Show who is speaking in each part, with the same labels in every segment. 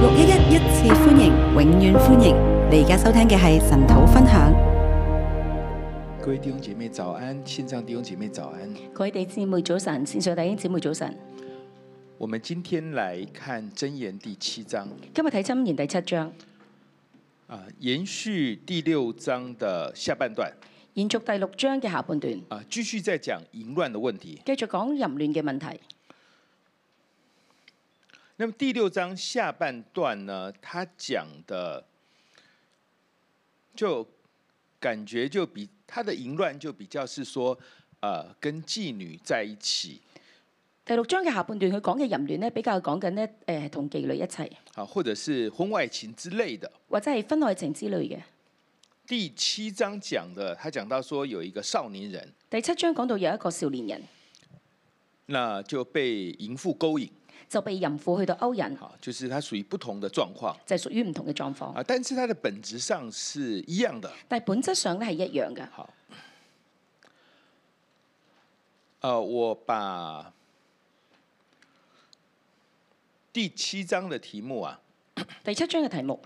Speaker 1: 六一一一次歡迎，永遠歡迎！你而家收聽嘅係神土分享。
Speaker 2: 各位弟兄姐妹早安，線上弟兄姐妹早安。
Speaker 3: 各位弟兄姊妹早晨，線上弟兄姊妹早晨。
Speaker 2: 我們今天來看箴言第七章，
Speaker 3: 今日睇箴言第七章，
Speaker 2: 啊、延續第六章的下半段，
Speaker 3: 延續第六章嘅下半段，
Speaker 2: 啊、繼續在講淫亂的問題。
Speaker 3: 繼續講淫亂嘅問題。
Speaker 2: 那麼第六章下半段呢，他講的就感覺就比他的淫亂就比較是說，呃，跟妓女在一起，
Speaker 3: 第六章嘅下半段，佢講嘅淫亂呢，比較講緊呢，誒、同妓女一齊，
Speaker 2: 啊，或者是婚外情之類的。
Speaker 3: 或者係婚外情之類嘅。
Speaker 2: 第七章講的，他講到說有一個少年人，
Speaker 3: 第七章講到有一個少年人
Speaker 2: 那就被淫婦勾引，
Speaker 3: 就被淫婦去到勾引，
Speaker 2: 啊，就是他屬於不同的狀況。
Speaker 3: 就係屬於唔同嘅狀況，
Speaker 2: 啊，但是它的本質上是一樣的。
Speaker 3: 但係本質上呢係一樣嘅。
Speaker 2: 好，呃，我把第七章的题目啊，
Speaker 3: 第七章嘅題目：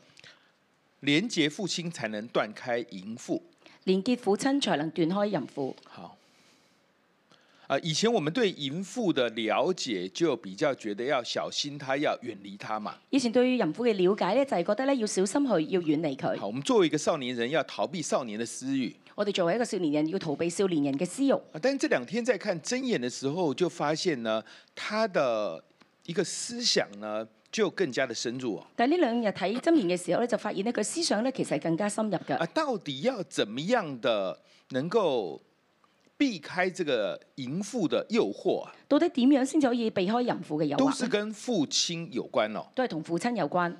Speaker 2: 廉洁父亲才能断开淫妇。
Speaker 3: 連結父親才能斷開淫婦。
Speaker 2: 好，啊，以前我们对淫妇的了解就比较觉得要小心她，要远离她嘛。
Speaker 3: 以前對於淫婦嘅了解呢，就係、覺得呢要小心去，要遠離佢。
Speaker 2: 好，我们作为一个少年人，要逃避少年的私欲。
Speaker 3: 我哋作為一個少年人，要逃避少年人嘅私欲。
Speaker 2: 啊，但是这两天在看真言的时候，就发现呢，他的一个思想呢，就更加的深入哦
Speaker 3: 但係呢兩日睇箴言嘅時候咧，就發現呢佢思想咧其實係更加深入
Speaker 2: 啊
Speaker 3: 嘅。，
Speaker 2: 到底要怎么样的能够避开这个淫妇的诱惑、啊，
Speaker 3: 到底點樣先至可以避開淫婦嘅誘
Speaker 2: 都是
Speaker 3: 惑呢？
Speaker 2: 跟父亲有关哦。
Speaker 3: 都係同父親有關。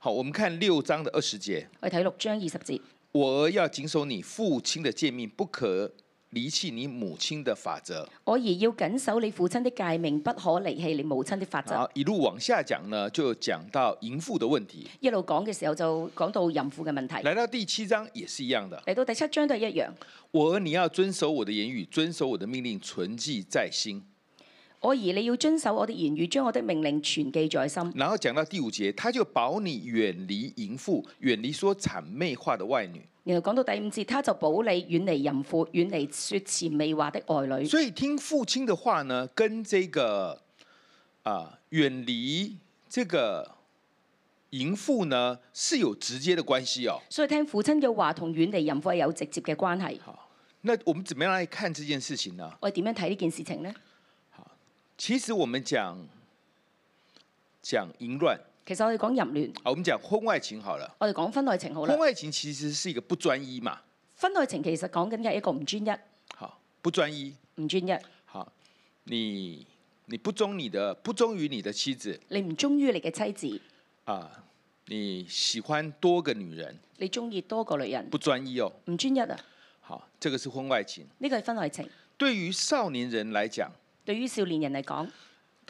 Speaker 2: 好，我们看六章的二十节，
Speaker 3: 我哋睇六章二十節，
Speaker 2: 我儿要谨守你父亲的诫命，不可离弃你母亲的法则。
Speaker 3: 我兒要緊守你父親的誡命，不可離棄你母親的法
Speaker 2: 然
Speaker 3: 則。
Speaker 2: 后一路往下讲呢，就讲到淫妇的问题，
Speaker 3: 一路講嘅時候就講到淫婦嘅問題。
Speaker 2: 来到第七章也是一样的。
Speaker 3: 嚟到第七章都係一樣。
Speaker 2: 我儿，你要遵守我的言语，遵守我的命令，存记在心。
Speaker 3: 我兒你要遵守我的言語，將我的命令存記在心。
Speaker 2: 然后讲到第五节，他就保你远离淫妇，远离说谄媚话的外女。
Speaker 3: 然後講到第五節，他就保你遠離淫婦，遠離説前未話的外女。
Speaker 2: 所以听父亲的话呢，跟这个啊、远离这个淫妇呢是有直接的关系哦。
Speaker 3: 所以聽父親嘅話同遠離淫婦係有直接嘅關係。
Speaker 2: 那我們怎么样来看这件事情呢？
Speaker 3: 我哋點樣睇呢件事情呢？
Speaker 2: 其实我们讲讲淫乱
Speaker 3: 其實我哋講淫亂，
Speaker 2: 啊，我们讲婚外情好了。
Speaker 3: 我哋講婚外情好啦
Speaker 2: 婚。外情其實是一個不專一嘛，
Speaker 3: 婚外情其實講緊嘅係一個唔專一，
Speaker 2: 好，不專一，
Speaker 3: 唔專一，
Speaker 2: 好，你你不忠你的不忠于你的妻子
Speaker 3: 你唔忠於你嘅妻子，
Speaker 2: 啊，你喜歡多個女人，
Speaker 3: 你中意多個女人，
Speaker 2: 不專一哦。
Speaker 3: 唔專一啊！
Speaker 2: 好，這個是婚外情。
Speaker 3: 呢個係婚外情。
Speaker 2: 對於少年人來講，
Speaker 3: 對於少年人嚟講，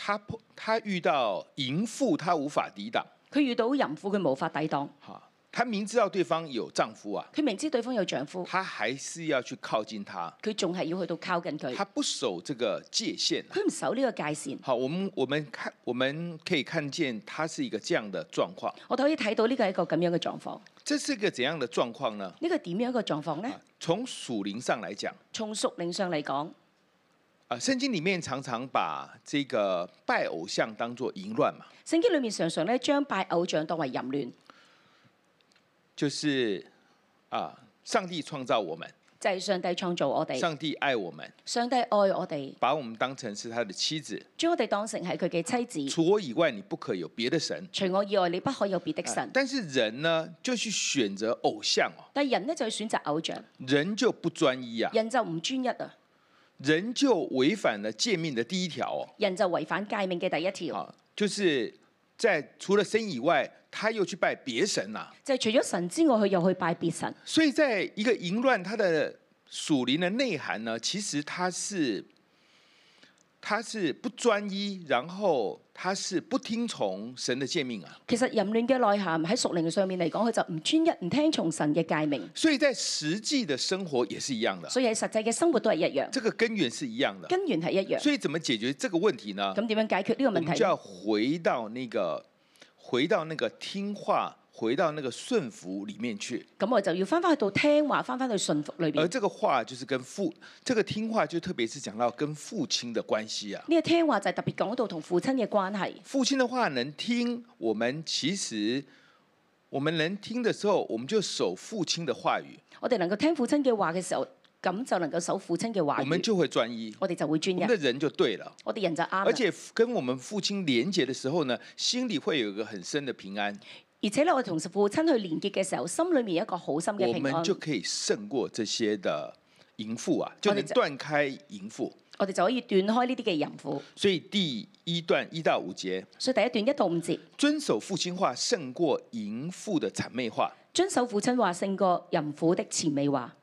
Speaker 2: 他碰他遇到淫婦，他無法抵擋。
Speaker 3: 佢遇到淫婦，佢無法抵擋，
Speaker 2: 好，他明知道對方有丈夫啊，
Speaker 3: 佢明知對方有丈夫，
Speaker 2: 他還是要去靠近他，
Speaker 3: 佢仲係要去到靠近佢，
Speaker 2: 他不守這個界限啊。
Speaker 3: 佢唔守呢個界線。
Speaker 2: 好，我們我們看我們可以看見，他是一個這樣的狀況。
Speaker 3: 我哋可以睇到呢個係一個咁樣嘅狀況。
Speaker 2: 這是一個怎樣的狀況呢？
Speaker 3: 呢個係點樣一個狀況呢？
Speaker 2: 從屬靈上來講，
Speaker 3: 從屬靈上嚟講，
Speaker 2: 啊，聖經裡面常常把這個拜偶像當作淫亂嘛，
Speaker 3: 聖經裏面常常咧將拜偶像當為淫亂，
Speaker 2: 就是啊，上帝創造我們，
Speaker 3: 就係、上帝創造我哋，
Speaker 2: 上帝愛我們，
Speaker 3: 上帝愛我哋，
Speaker 2: 把我們當成是他的妻子，
Speaker 3: 將我哋當成係佢嘅妻子。
Speaker 2: 除我以外，你不可有別的神。
Speaker 3: 除我以外，你不可有別的
Speaker 2: 啊
Speaker 3: 神。
Speaker 2: 但是人呢，就去選擇偶像哦，
Speaker 3: 但係人呢，就去選擇偶像，
Speaker 2: 人就不專一啊，
Speaker 3: 人就唔專一啊，
Speaker 2: 人就違反了誡命的第一條哦，
Speaker 3: 人就違反界命嘅第一條，
Speaker 2: 啊，就是在除了神以外，他又去拜別神啊啦、
Speaker 3: 就係除咗神之外，佢又去拜別神。
Speaker 2: 所以，在一个淫乱它的属灵的内涵呢，其实它是他是不专一，然后他是不聽從神的诫命啊。
Speaker 3: 其實淫亂嘅內涵喺屬靈上面嚟講，佢就唔專一，唔聽從神嘅誡命，
Speaker 2: 所以在實際的生活也是一樣的，
Speaker 3: 所以喺實際嘅生活都係一樣，
Speaker 2: 這個根源是一樣的。
Speaker 3: 根源係一樣。
Speaker 2: 所以怎麼解決這個問題呢？
Speaker 3: 咁點樣解決呢
Speaker 2: 我
Speaker 3: 個問
Speaker 2: 們
Speaker 3: 題
Speaker 2: 就
Speaker 3: 呢？
Speaker 2: 要回到那個，回到那個聽話，回到那個順服裡面去。
Speaker 3: 咁我就要翻翻去到聽話，翻翻去信服裏邊。
Speaker 2: 而
Speaker 3: 呢、
Speaker 2: 這個話就是跟父，這個聽話就特別是講到跟父親的關係啊。
Speaker 3: 個聽話就係特別講到同父親嘅關係。
Speaker 2: 父親的話能聽，我們其實我們能聽的時候，我們就守父親的話語，
Speaker 3: 我哋能夠聽父親嘅話嘅時候，咁就能夠守父親嘅話
Speaker 2: 我們
Speaker 3: 語，
Speaker 2: 就會專一，
Speaker 3: 我哋就會專
Speaker 2: 我
Speaker 3: 一
Speaker 2: 們，的人就對了。
Speaker 3: 我哋人就啱啦
Speaker 2: 而且跟我們父親連結的時候呢，心裡會有一個很深的平安，
Speaker 3: 而且咧，我哋同父親去連結嘅時候，心裏面有一個好深嘅
Speaker 2: 我
Speaker 3: 平
Speaker 2: 們
Speaker 3: 安，
Speaker 2: 就可以勝過這些的淫婦啊，就
Speaker 3: 我
Speaker 2: 能
Speaker 3: 哋就
Speaker 2: 斷開淫婦。
Speaker 3: 我哋就可以斷開呢啲嘅淫婦。
Speaker 2: 所以第一段一到五節，
Speaker 3: 所以第一段一到五節，
Speaker 2: 遵守父親話勝過淫婦的谄媚話。
Speaker 3: 遵守父親話勝過淫婦的前美話。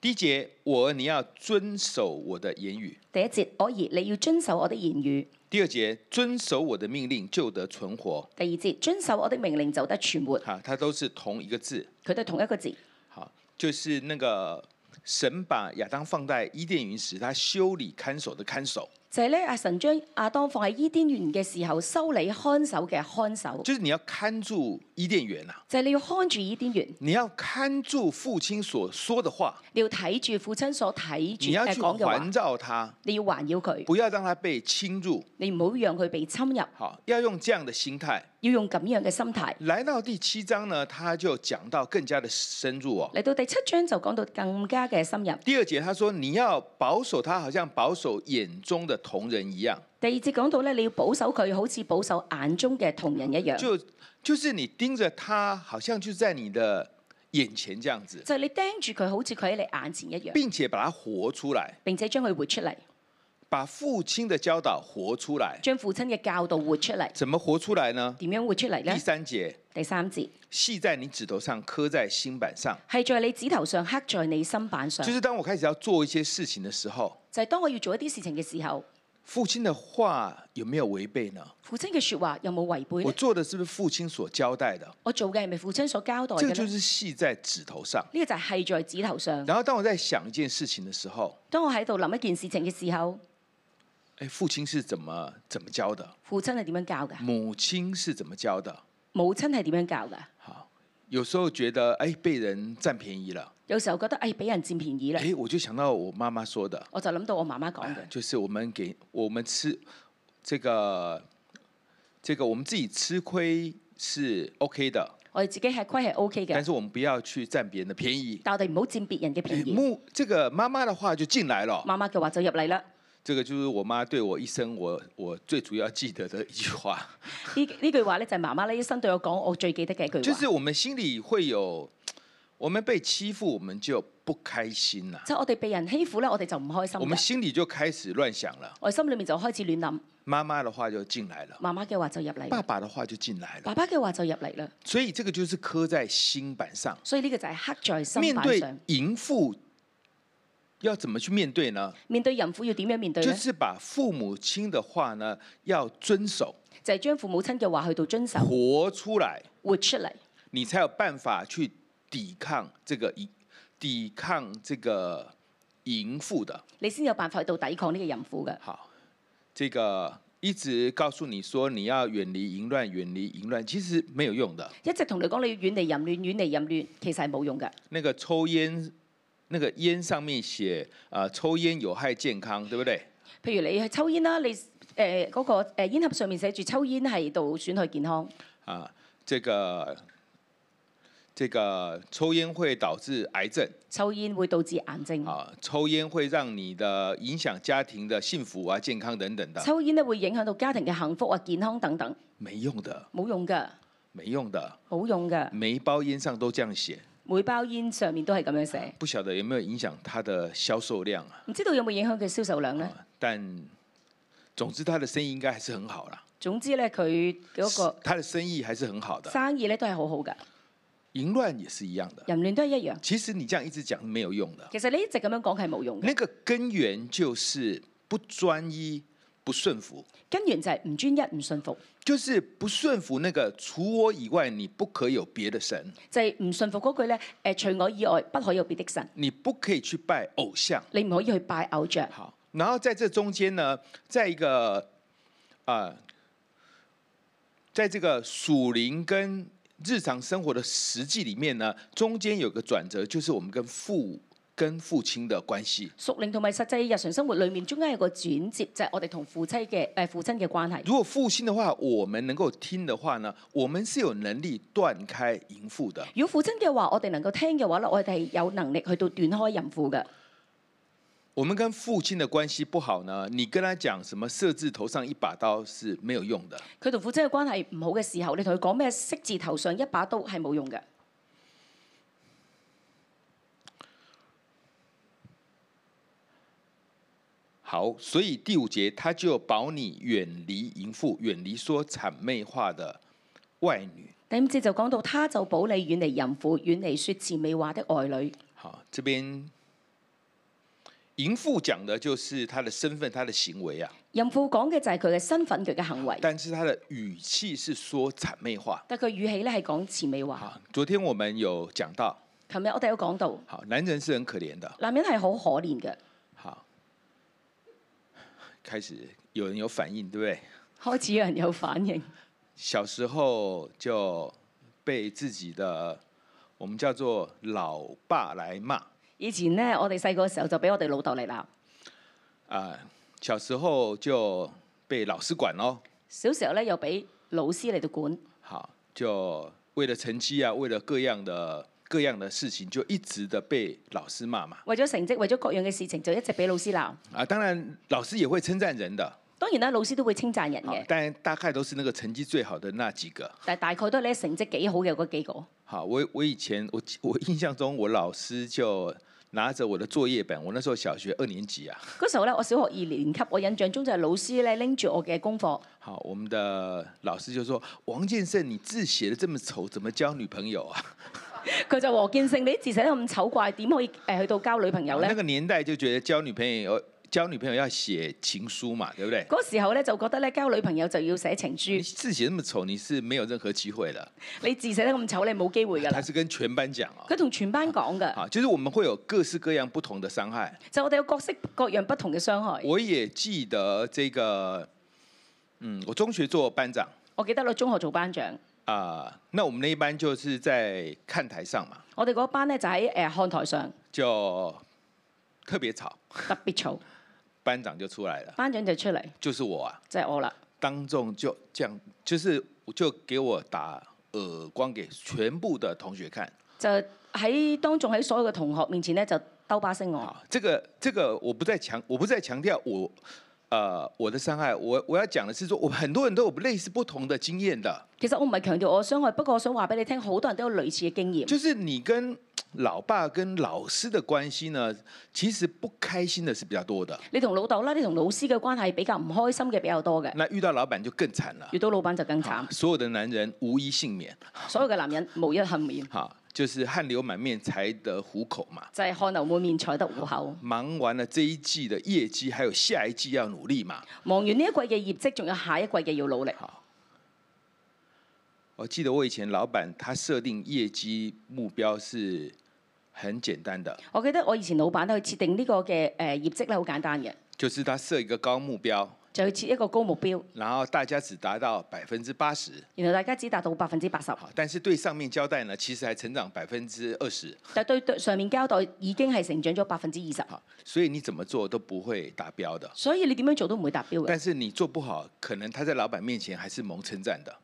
Speaker 2: 第一節，我兒你要遵守我的言語。
Speaker 3: 第一節，我兒你要遵守我的言語；
Speaker 2: 第二節，遵守我的命令就得存活。
Speaker 3: 第二節，遵守我的命令就得存活。
Speaker 2: 哈，它都是同一个字。
Speaker 3: 佢都係同一個字，
Speaker 2: 好，就是那个神把亚当放在伊甸园时，他修理看守的看守，
Speaker 3: 就係咧阿神將亞當放喺伊甸園嘅時候，修理看守嘅看守，
Speaker 2: 就是你要看住伊甸园啊，
Speaker 3: 就係、你要看住伊甸園，
Speaker 2: 你要看住父亲所说的话，
Speaker 3: 你要睇住父親所睇住
Speaker 2: 你要
Speaker 3: 誒
Speaker 2: 去
Speaker 3: 講嘅話
Speaker 2: 环，绕他，
Speaker 3: 你要環繞佢，
Speaker 2: 不要让他被侵入。
Speaker 3: 你唔好讓佢被侵入，要
Speaker 2: 好，要用这样的心态。
Speaker 3: 用咁樣嘅心態。
Speaker 2: 来到第七章呢，他就讲到更加的深入哦。
Speaker 3: 嚟到第七章就講到更加嘅深入。
Speaker 2: 第二节他说你要保守他，好像保守眼中的瞳人一样，
Speaker 3: 第二節講到咧，你要保守佢，好似保守眼中嘅同人一樣，
Speaker 2: 就就是你盯着他，好像就在你的眼前这样子，
Speaker 3: 就係你盯住佢，好似佢喺你眼前一樣，
Speaker 2: 并且把它活出来，
Speaker 3: 並且將佢活出嚟，
Speaker 2: 把父亲的教导活出来。
Speaker 3: 將父親嘅教導活出嚟。
Speaker 2: 怎么活出来呢？
Speaker 3: 點樣活出嚟呢
Speaker 2: 第？三节，
Speaker 3: 第三節
Speaker 2: 系在你指头上，刻在心板上。
Speaker 3: 係在你指頭上，刻在你心板上
Speaker 2: 就。是當我開始要做一些事情的时候，
Speaker 3: 就係當我要做一啲事情嘅時候，
Speaker 2: 父親的話有沒有違背呢？
Speaker 3: 父親嘅説話有冇違背
Speaker 2: 我
Speaker 3: 呢？
Speaker 2: 做的是不是父親所交代的？
Speaker 3: 我做嘅係咪父親所交代嗯
Speaker 2: 这个
Speaker 3: 嘅
Speaker 2: 就
Speaker 3: 呢？
Speaker 2: 是系在指头上。
Speaker 3: 呢個就係係在指頭上。
Speaker 2: 然后当我在想一件事情的時候，
Speaker 3: 當我喺度諗一件事情嘅時候，
Speaker 2: 哎，父親是怎麼怎麼教的？
Speaker 3: 父親係點樣教㗎？
Speaker 2: 母親是怎麼教的？
Speaker 3: 母親係點樣教㗎？
Speaker 2: 好，有時候覺得哎被人占便宜了，
Speaker 3: 有時候覺得誒俾、人佔便宜啦，
Speaker 2: 哎，我就想到我媽媽說的，
Speaker 3: 我就諗到我媽媽講
Speaker 2: 哎
Speaker 3: 嘅，
Speaker 2: 就是我們給我們吃這個這個我們自己吃虧是 OK 的，
Speaker 3: 我哋自己吃虧係 O K
Speaker 2: 但
Speaker 3: 嘅，
Speaker 2: 是我們不要去占別人的便宜。
Speaker 3: 但我哋唔好佔別人嘅
Speaker 2: 哎
Speaker 3: 便宜。
Speaker 2: 母這個媽媽的話就進來了，
Speaker 3: 媽媽嘅話就入嚟啦，
Speaker 2: 這個就是我媽對我一生我我最主要記得的一句話。
Speaker 3: 呢呢句話咧就係媽媽呢一生對我講，我最記得嘅一句
Speaker 2: 就
Speaker 3: 話，
Speaker 2: 是我们心里会有，我们被欺负，我们就不开心了，
Speaker 3: 即係我哋被人欺負咧，我哋就唔開心
Speaker 2: 我们
Speaker 3: 嘅，
Speaker 2: 心里就开始乱想了。
Speaker 3: 我哋心裏面就開始亂諗，
Speaker 2: 妈妈的话就进来了，
Speaker 3: 媽媽嘅話就入嚟
Speaker 2: 爸
Speaker 3: 啦，
Speaker 2: 爸的话就进来了，
Speaker 3: 爸爸嘅話就入嚟啦，
Speaker 2: 所以这个就是刻在心板上。
Speaker 3: 所以呢個就係刻在心
Speaker 2: 面
Speaker 3: 板
Speaker 2: 对
Speaker 3: 上。
Speaker 2: 淫妇，要怎么去面对呢？
Speaker 3: 面對淫婦要點樣面對
Speaker 2: 就
Speaker 3: 呢？
Speaker 2: 是把父母親的話呢要遵守，
Speaker 3: 就係將父母親嘅話去到遵守，
Speaker 2: 活出來，
Speaker 3: 活出嚟，
Speaker 2: 你才有办法去抵抗这个淫，抵抗这个淫妇的。
Speaker 3: 你先有辦法去到抵抗呢個淫婦嘅。
Speaker 2: 好，这个一直告诉你说你要远离淫乱，远离淫乱，其实没有用的。
Speaker 3: 一直同你講你要遠離淫亂，遠離淫亂，其實係冇用嘅。
Speaker 2: 那个抽烟，那个烟上面写啊、呃抽烟有害健康，对不对？
Speaker 3: 譬如你去抽煙啦，你呃誒嗰、個誒煙盒上面寫住抽煙係度損害健康，
Speaker 2: 啊，这个这个抽烟会导致癌症
Speaker 3: 抽煙會導致癌症，
Speaker 2: 啊，抽烟会让你的影响家庭的幸福啊、健康等等的，
Speaker 3: 抽煙咧會影響到家庭嘅幸福啊、健康等等，
Speaker 2: 没用的，
Speaker 3: 冇用㗎，
Speaker 2: 没用的，
Speaker 3: 冇用㗎。
Speaker 2: 每一包烟上都这样写，
Speaker 3: 每包煙上面都係咁樣寫，
Speaker 2: 不晓得有没有影响它的销售量啊？
Speaker 3: 唔知道有冇影響佢銷售量呢？
Speaker 2: 啊但总之他的生意应该还是很好啦，
Speaker 3: 總之咧，佢嗰個
Speaker 2: 他的生意还是很好的，
Speaker 3: 生意咧都係好好㗎，
Speaker 2: 淫乱也是一样的。
Speaker 3: 淫亂都係一樣。
Speaker 2: 其实你这样一直讲是没有用的，嗯
Speaker 3: 其實你一直咁樣講係冇用嘅，
Speaker 2: 那个根源就是不不专一、不顺服，
Speaker 3: 根源就係唔專一、唔信服，
Speaker 2: 就是不顺服那个除我以外你不可有别的神，
Speaker 3: 就係、唔信服嗰句咧。誒、除我以外，不可有別的神，
Speaker 2: 你不可以去拜偶像。
Speaker 3: 你唔可以去拜偶像。
Speaker 2: 好，然后在这中间呢，在一个啊、呃在这个属灵跟日常生活的实际里面呢，中间有个转折，就是我们跟父跟父亲的关系。
Speaker 3: 屬靈同埋實際日常生活裏面，中間有個轉折，就係、我哋同父妻嘅誒、父親嘅關係。
Speaker 2: 如果父亲的话，我们能够听的话呢，我们是有能力断开淫妇的。
Speaker 3: 如果父親嘅話，我哋能夠聽嘅話咧，我哋係有能力去到斷開淫婦嘅。
Speaker 2: 我们跟父亲的关系不好呢，你跟他讲什么设置头上一把刀是没有用的。
Speaker 3: 佢同父親嘅關係唔好嘅時候，你同佢講咩識字頭上一把刀係冇用嘅。
Speaker 2: 好，所以第五节他就保你远离淫妇，远离说谄媚话的外女。
Speaker 3: 第五節就講到，他就保你遠離淫婦，遠離説慈美話的外女。
Speaker 2: 好，这边淫妇讲的就是她的身份，她的行为啊，
Speaker 3: 淫婦講嘅就係佢嘅身份，佢嘅行為，
Speaker 2: 但是她的语气是说谄媚话。
Speaker 3: 但佢語氣咧係講慈美話。
Speaker 2: 好，昨天我们有讲到，
Speaker 3: 琴日我哋有講到，
Speaker 2: 好，男人是很可怜的。
Speaker 3: 男人係好可憐嘅。
Speaker 2: 好，开始有人有反应，对不对？
Speaker 3: 開始有人有反應，
Speaker 2: 小时候就被自己的我们叫做老爸来骂啊、
Speaker 3: 以前呢，我哋細個嘅時候就俾我哋老豆嚟鬧，
Speaker 2: 啊小时候就被老师管咯。
Speaker 3: 小時候咧又俾老師嚟到管，
Speaker 2: 好，就为了成绩啊，为了各样的各样的事情，就一直的被老师骂嘛。
Speaker 3: 為咗成績，為咗各樣嘅事情就一直俾老師鬧。
Speaker 2: 啊，当然老师也会称赞人的，
Speaker 3: 當然啦，老師都會稱讚人
Speaker 2: 好
Speaker 3: 嘅，，
Speaker 2: 但大概都是那个成績最好的那几个。
Speaker 3: 但係大概都係咧成績幾好嘅嗰幾個。
Speaker 2: 好，我我以前我我印象中，我老师就拿着我的作业本，我那时候小学二年级啊。
Speaker 3: 嗰時候咧，我小學二年級，我印象中就係老師咧拎住我嘅功課，
Speaker 2: 好，我们的老师就说：“王建胜，你字写的这么丑，怎么交女朋友啊
Speaker 3: 佢就和建勝你啲字寫得咁醜怪，點可以誒、呃去到交女朋？”友
Speaker 2: 那
Speaker 3: 咧？
Speaker 2: 个年代就觉得交女朋友交女朋友要写情书嘛，对不对？
Speaker 3: 嗰時候咧就覺得咧交女朋友就要寫情
Speaker 2: 你
Speaker 3: 書，
Speaker 2: 字寫那么丑，你是没有任何机会的。
Speaker 3: 你字寫得咁醜，你冇機會㗎
Speaker 2: 他
Speaker 3: 啦。
Speaker 2: 是跟全班讲哦，
Speaker 3: 佢同全班講㗎，
Speaker 2: 好，就是我们会有各式各样不同的伤害。
Speaker 3: 就我哋有各式各樣不同嘅傷害。
Speaker 2: 我也记得这个，嗯，我中学做班长
Speaker 3: 我記得我中學做班長，
Speaker 2: 啊、那我们那一班就是在看台上嘛，
Speaker 3: 我哋嗰班咧就喺誒、呃看台上
Speaker 2: 就特别吵，
Speaker 3: 特別嘈，
Speaker 2: 班长就出来了，
Speaker 3: 班長就出嚟，
Speaker 2: 就是我啊。
Speaker 3: 就係、我啦。
Speaker 2: 当众就这样，就是就给我打耳光给全部的同学看
Speaker 3: 就喺當眾喺所有嘅同學面前咧，就兜巴星我。
Speaker 2: 啊！这个这个我不再强，我不再强调我呃我的伤害，我我要讲的是说，我很多人都有类似不同的经验的，
Speaker 3: 其實我唔係強調我嘅傷害，不過我想話俾你聽，好多人都有類似嘅經驗。
Speaker 2: 就是你跟老爸跟老师的关系呢，其实不开心的是比较多的，
Speaker 3: 你同老豆啦，你同老師嘅關係比較唔開心嘅比較多嘅，
Speaker 2: 那遇到老板就更惨了
Speaker 3: 遇，到老闆就更慘。
Speaker 2: 所有的男人无一幸免，
Speaker 3: 所有嘅男人無一幸免，
Speaker 2: 哈，就是汗流满面才得糊口嘛。
Speaker 3: 就係、汗流滿面，才得糊口。
Speaker 2: 忙完了这一季的业绩，还有下一季要努力嘛。
Speaker 3: 忙完呢一季嘅業績，仲有下一季嘅要努力。
Speaker 2: 我记得我以前老板他设定业绩目标是很简单的，
Speaker 3: 我記得我以前老闆咧，去設定呢個嘅誒、業績咧，好簡單嘅，
Speaker 2: 就是他设一个高目标，
Speaker 3: 就去設一個高目標，
Speaker 2: 然后大家只达到百分之八十，
Speaker 3: 然後大家只達到百分之八十，
Speaker 2: 好，但是对上面交代呢，其实还成长百分之二十，
Speaker 3: 但對對上面交代已經係成長咗百分之二十，
Speaker 2: 好，所以你怎么做都不会达标的。
Speaker 3: 所以你點樣做都唔會達標嘅。
Speaker 2: 但是你做不好，可能他在老板面前还是蒙称赞的，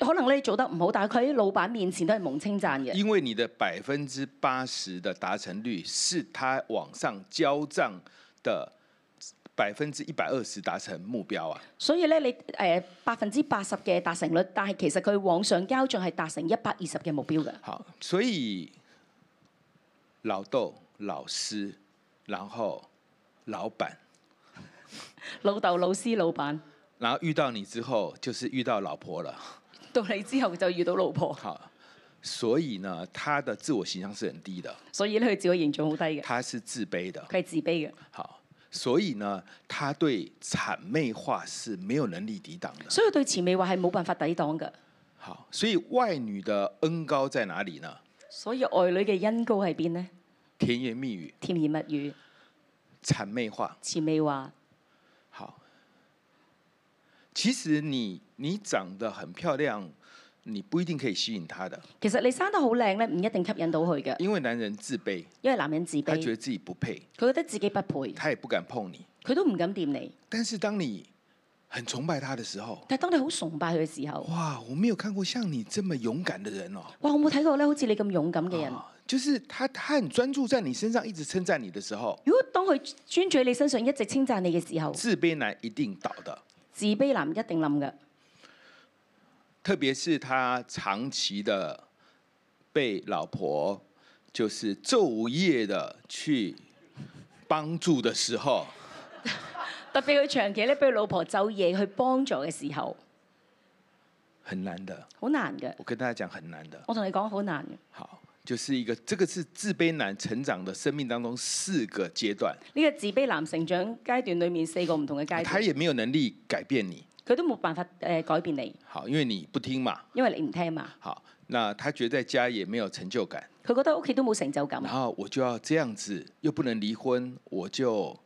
Speaker 3: 可能你做得唔好，但係佢喺老闆面前都係蒙稱讚嘅，
Speaker 2: 因为你的百分之八十的达成率是他往上交账的百分之一百二十达成目标啊。
Speaker 3: 所以咧你誒百分之八十嘅達成率，但係其實佢往上交帳係達成一百二十嘅目標嘅。
Speaker 2: 好，所以老豆、老师，然后老板，
Speaker 3: 老豆、老師、老闆，
Speaker 2: 然后遇到你之后，就是遇到老婆了。
Speaker 3: 到你之後就遇到老婆，
Speaker 2: 好，所以呢，他的自我形象是很低的，
Speaker 3: 所以咧佢自我形象好低嘅，
Speaker 2: 他是自卑的。
Speaker 3: 佢係自卑嘅。
Speaker 2: 好，所以呢，他对谄媚化是没有能力抵挡的。
Speaker 3: 所以對前美話係冇辦法抵擋嘅。
Speaker 2: 好，所以外女的恩高在哪里呢？
Speaker 3: 所以外女嘅恩高喺邊呢？
Speaker 2: 甜言蜜语、
Speaker 3: 甜言蜜語、
Speaker 2: 谄媚化。
Speaker 3: 前美話。
Speaker 2: 好，其实你你长得很漂亮，你不一定可以吸引他的，
Speaker 3: 其實你生得好靚咧，唔一定吸引到佢嘅，
Speaker 2: 因为男人自卑，
Speaker 3: 因為男人自
Speaker 2: 他觉
Speaker 3: 卑，
Speaker 2: 得自己不配，
Speaker 3: 佢覺得自己不配，
Speaker 2: 他也不敢碰你。
Speaker 3: 佢都唔敢掂你。
Speaker 2: 但是当你很崇拜他的时候，
Speaker 3: 但係當你好崇拜佢嘅時候，
Speaker 2: 哇，我没有看过像你这么勇敢的人哦。
Speaker 3: 哇！我冇睇過咧，好似你咁勇敢嘅人。
Speaker 2: 啊就是他，他很专注在你身上，一直称赞你的时候，
Speaker 3: 如果當佢專注喺你身上，一直稱讚你嘅時候，
Speaker 2: 自卑男一定倒的。
Speaker 3: 自卑男一定冧嘅。
Speaker 2: 特别是他长期的被老婆就是昼夜的去帮助的时候，
Speaker 3: 特別佢長期咧俾佢老婆晝夜去幫助嘅時候，
Speaker 2: 很难的。
Speaker 3: 好難嘅。
Speaker 2: 我跟大家讲很难的。
Speaker 3: 我同你講好難嘅。呢、
Speaker 2: 好，就是一个这个是自卑男成长的生命当中四个阶段，啊
Speaker 3: 個自卑男成長階段裡面四個唔同嘅階
Speaker 2: 他
Speaker 3: 段，
Speaker 2: 也没有能力改变你。
Speaker 3: 佢都冇辦法誒、呃改變你，
Speaker 2: 好，因为你不听嘛。
Speaker 3: 因為你唔聽嘛。
Speaker 2: 好，那他觉得在家也没有成就感。
Speaker 3: 佢覺得屋企都冇成就感
Speaker 2: 然，后我就要这样子，又不能离婚，我就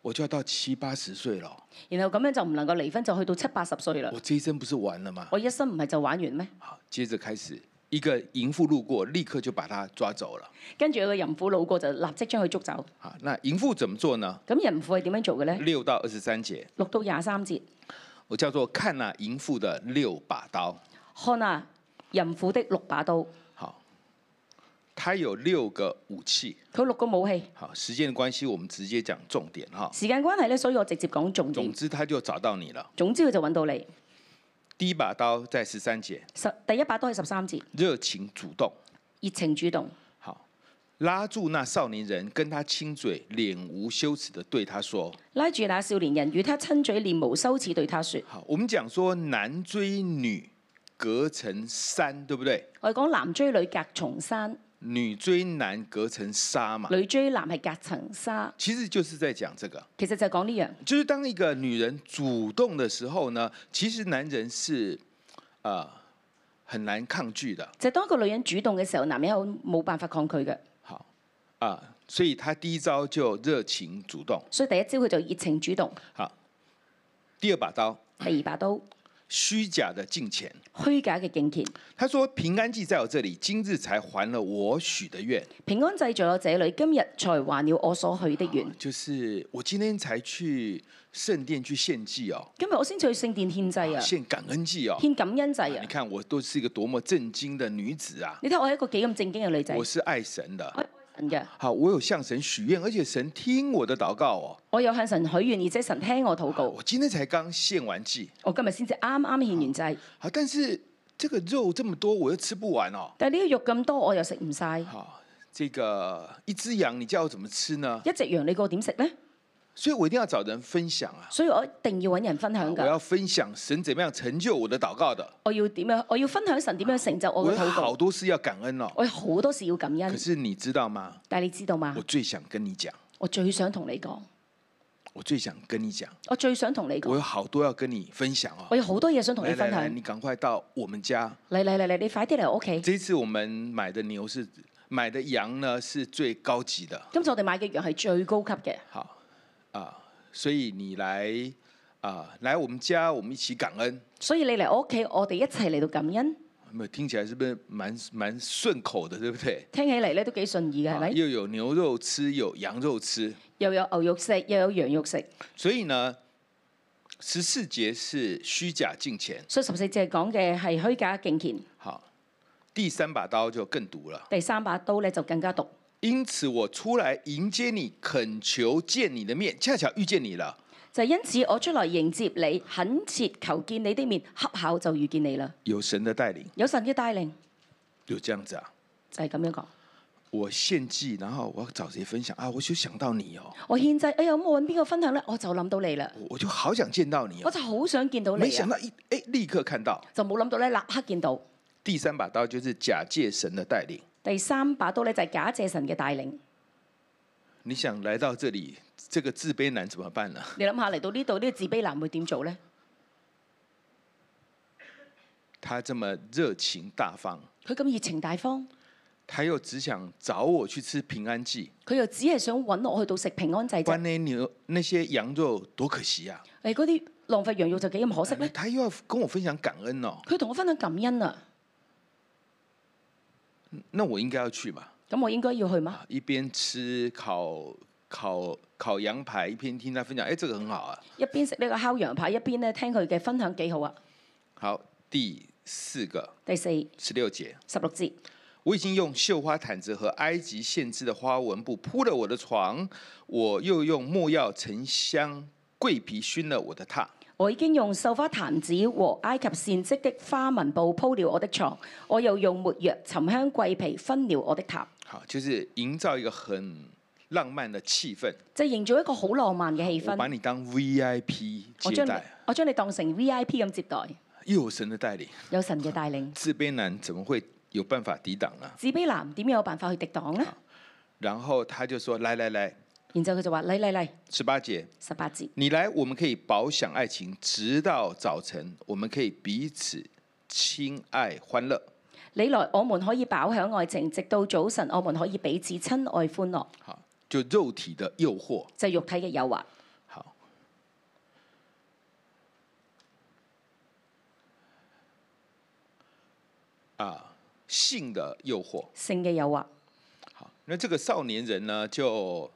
Speaker 2: 我就要到七八十岁了，
Speaker 3: 然後咁樣就唔能夠離婚，就去到七八十歲啦
Speaker 2: 我。这一生不是完了吗？
Speaker 3: 我一生唔係就玩完咩？
Speaker 2: 好，接着开始，一个淫妇路過，立刻就把他抓走了。
Speaker 3: 跟住有個淫婦路過就立即將佢捉走。
Speaker 2: 好，那淫妇怎么做呢？
Speaker 3: 咁淫婦係點樣做嘅呢？
Speaker 2: 六到二十三节，
Speaker 3: 六到廿三節，
Speaker 2: 我叫做看那、淫妇的六把刀。
Speaker 3: 看啊，淫婦的六把刀，
Speaker 2: 好，他有六个武器。
Speaker 3: 佢六個武器。
Speaker 2: 好，时间的关系，我们直接讲重点哈。
Speaker 3: 時間關係咧，所以我直接講重
Speaker 2: 总
Speaker 3: 點。
Speaker 2: 之，他就找到你了。
Speaker 3: 總之佢就揾到你。
Speaker 2: 第一把刀在十三节，
Speaker 3: 十第一把刀係十三節，
Speaker 2: 热情主动。
Speaker 3: 熱情主動，
Speaker 2: 好，拉住那少年人，跟他亲嘴，脸无羞耻的对他说：
Speaker 3: 拉住那少年人，與他親嘴，面無羞恥對他說：
Speaker 2: 好，我们讲说男追女隔层山，对不对？
Speaker 3: 我哋講男追女隔重山，
Speaker 2: 女追男隔层纱嘛，
Speaker 3: 女追男係隔層沙。
Speaker 2: 其实就是在讲这个，
Speaker 3: 其實就係講呢樣。
Speaker 2: 就是当一个女人主动的时候呢，其实男人是呃很难抗拒的。
Speaker 3: 就係當一個女人主動嘅時候，男人有冇辦法抗拒嘅，
Speaker 2: 好啊、所以他第一招就热情主动。
Speaker 3: 所以第一招佢就熱情主動。
Speaker 2: 好，第二把刀
Speaker 3: 第二把刀
Speaker 2: 虚假的敬钱。
Speaker 3: 虛假嘅敬虔，
Speaker 2: 他说：“平安祭在我这里，今日才还了我许的愿，
Speaker 3: 平安祭在我這裏，今日才還了我所許的願。
Speaker 2: 就是我今天才去聖殿去獻祭哦，
Speaker 3: 今日我先至去聖殿獻祭啊，
Speaker 2: 獻感恩祭哦。
Speaker 3: 獻感恩祭啊
Speaker 2: 你。看我都是一个多么震惊的女子啊！
Speaker 3: 你睇我係一個幾咁正經嘅女仔，
Speaker 2: 我
Speaker 3: 我
Speaker 2: 是愛神的，
Speaker 3: 係神嘅，
Speaker 2: 好，我有向神许愿，而且神听我的祷告哦。
Speaker 3: 我有向神許願，而且神聽我禱告。
Speaker 2: 我今天才剛獻完祭，
Speaker 3: 我今日先至啱啱獻完祭，
Speaker 2: 好，但是这个肉這麼多，我又吃不完哦。
Speaker 3: 但係呢個肉咁多，我又食唔晒。
Speaker 2: 好，这个一隻羊，你叫我怎麼吃呢？
Speaker 3: 一隻羊你個點食呢？
Speaker 2: 所以我一定要找人分享啊！
Speaker 3: 所以我一定要揾人分享
Speaker 2: 我
Speaker 3: 㗎。
Speaker 2: 要分享神怎麼樣成就我的祷告的。”
Speaker 3: 我要點樣？我要分享神點樣成就我
Speaker 2: 我
Speaker 3: 嘅
Speaker 2: 有
Speaker 3: 禱
Speaker 2: 好
Speaker 3: 告。
Speaker 2: 多事要感恩哦。
Speaker 3: 我有好多事要感
Speaker 2: 可
Speaker 3: 恩，
Speaker 2: 是你知道吗？
Speaker 3: 但係你知道嘛
Speaker 2: 我？最想跟你讲，
Speaker 3: 我最想同你講，
Speaker 2: 我最想跟你讲，
Speaker 3: 我最想同你
Speaker 2: 我
Speaker 3: 講，
Speaker 2: 有好多要跟你分享哦
Speaker 3: 我。有好多嘢想同你
Speaker 2: 来来
Speaker 3: 分享。
Speaker 2: 来，你赶快到我们家。
Speaker 3: 嚟嚟嚟嚟，你快啲嚟我屋企。
Speaker 2: 这次我们买的牛是买的羊呢，是最高级的。
Speaker 3: 今次我哋買嘅羊係最高級嘅，
Speaker 2: 好啊、所以你来啊、来我们家，我们一起感恩。
Speaker 3: 所以你嚟我屋企，我哋一齊嚟到感恩。
Speaker 2: 有没有听起来是不是蛮蛮顺口的，对不对？
Speaker 3: 聽起嚟咧都幾順意嘅，係
Speaker 2: 啊
Speaker 3: 咪？
Speaker 2: 又有牛肉吃，有羊肉吃，
Speaker 3: 又有牛肉食，又有羊肉食。
Speaker 2: 所以呢，十四节是虚假敬钱。
Speaker 3: 所以十四節講嘅係虛假敬虔。
Speaker 2: 好，第三把刀就更毒了。
Speaker 3: 第三把刀咧就更加毒。
Speaker 2: 因此我出来迎接你，恳求见你的面，恰巧遇见你了。
Speaker 3: 就因此我出來迎接你，懇切求見你的面，恰巧就遇見你啦。
Speaker 2: 有神的带领，
Speaker 3: 有神嘅帶領
Speaker 2: 有这样子啊。
Speaker 3: 就係、咁樣講。
Speaker 2: 我献祭，然后我要找谁分享啊？我就想到你哦，
Speaker 3: 我獻祭，哎呀，咁我揾邊個分享咧？我就諗到你啦，
Speaker 2: 我我就好想见到你
Speaker 3: 我
Speaker 2: 哦。
Speaker 3: 就好想見到你
Speaker 2: 没想
Speaker 3: 啊，
Speaker 2: 到一哎，立刻看到
Speaker 3: 就冇諗到咧，立刻見到。
Speaker 2: 第三把刀就是假借神的带领
Speaker 3: 第三把刀咧就係假借神嘅帶領，
Speaker 2: 你想来到这里，这个自卑男怎么办呢？
Speaker 3: 你諗下嚟到呢度呢個自卑男會點做呢？
Speaker 2: 他这么热情大方，
Speaker 3: 佢咁熱情大方，
Speaker 2: 他又只想找我去吃平安祭，
Speaker 3: 佢又只係想揾我去到食平安祭啫
Speaker 2: 关。那牛那些羊肉多可惜啊！哎
Speaker 3: 誒嗰啲浪費羊肉就幾咁可惜呢？
Speaker 2: 他又要跟我分享感恩哦，
Speaker 3: 佢同我分享感恩啊，
Speaker 2: 那我应该要去吧？
Speaker 3: 咁我應該要去嗎？
Speaker 2: 一边吃烤烤烤羊排，一边听他分享，哎，这个很好啊。
Speaker 3: 一邊食呢個烤羊排，一邊咧聽佢嘅分享幾好啊！
Speaker 2: 好，第四个
Speaker 3: 第四
Speaker 2: 十六节，
Speaker 3: 十六節，
Speaker 2: 我已经用绣花毯子和埃及线织的花纹布铺了我的床，我又用墨药、沉香、桂皮熏了我的榻。
Speaker 3: 我已經用繡花彈子和埃及線織的花紋布鋪了我的床，我又用沒藥、沉香、桂皮分了我的榻，
Speaker 2: 好，就是营造一个很浪漫的气氛，
Speaker 3: 就營造一哦個好浪漫嘅氣
Speaker 2: 我把
Speaker 3: 氛。
Speaker 2: 你当 VIP
Speaker 3: 我
Speaker 2: 接
Speaker 3: 將你
Speaker 2: 待，
Speaker 3: 我將你當成 V I P 咁接待，
Speaker 2: 又有神的带领，
Speaker 3: 有神嘅帶領。
Speaker 2: 自卑男怎么会有办法抵挡呢？
Speaker 3: 自卑男點有辦法去敵擋呢？
Speaker 2: 然后他就说：“来来来，
Speaker 3: 然之後佢就話：嚟嚟嚟，
Speaker 2: 十八节，
Speaker 3: 十八節，
Speaker 2: 你来，我们可以饱享爱情，直到早晨，我们可以彼此亲爱欢乐。
Speaker 3: 你來，我們可以飽享愛情，直到早晨，我們可以彼此親愛歡樂。”
Speaker 2: 好，就肉体的诱惑。
Speaker 3: 就係肉體嘅誘惑。
Speaker 2: 好，啊，性的诱惑。
Speaker 3: 性嘅誘惑。
Speaker 2: 好，那这个少年人呢，就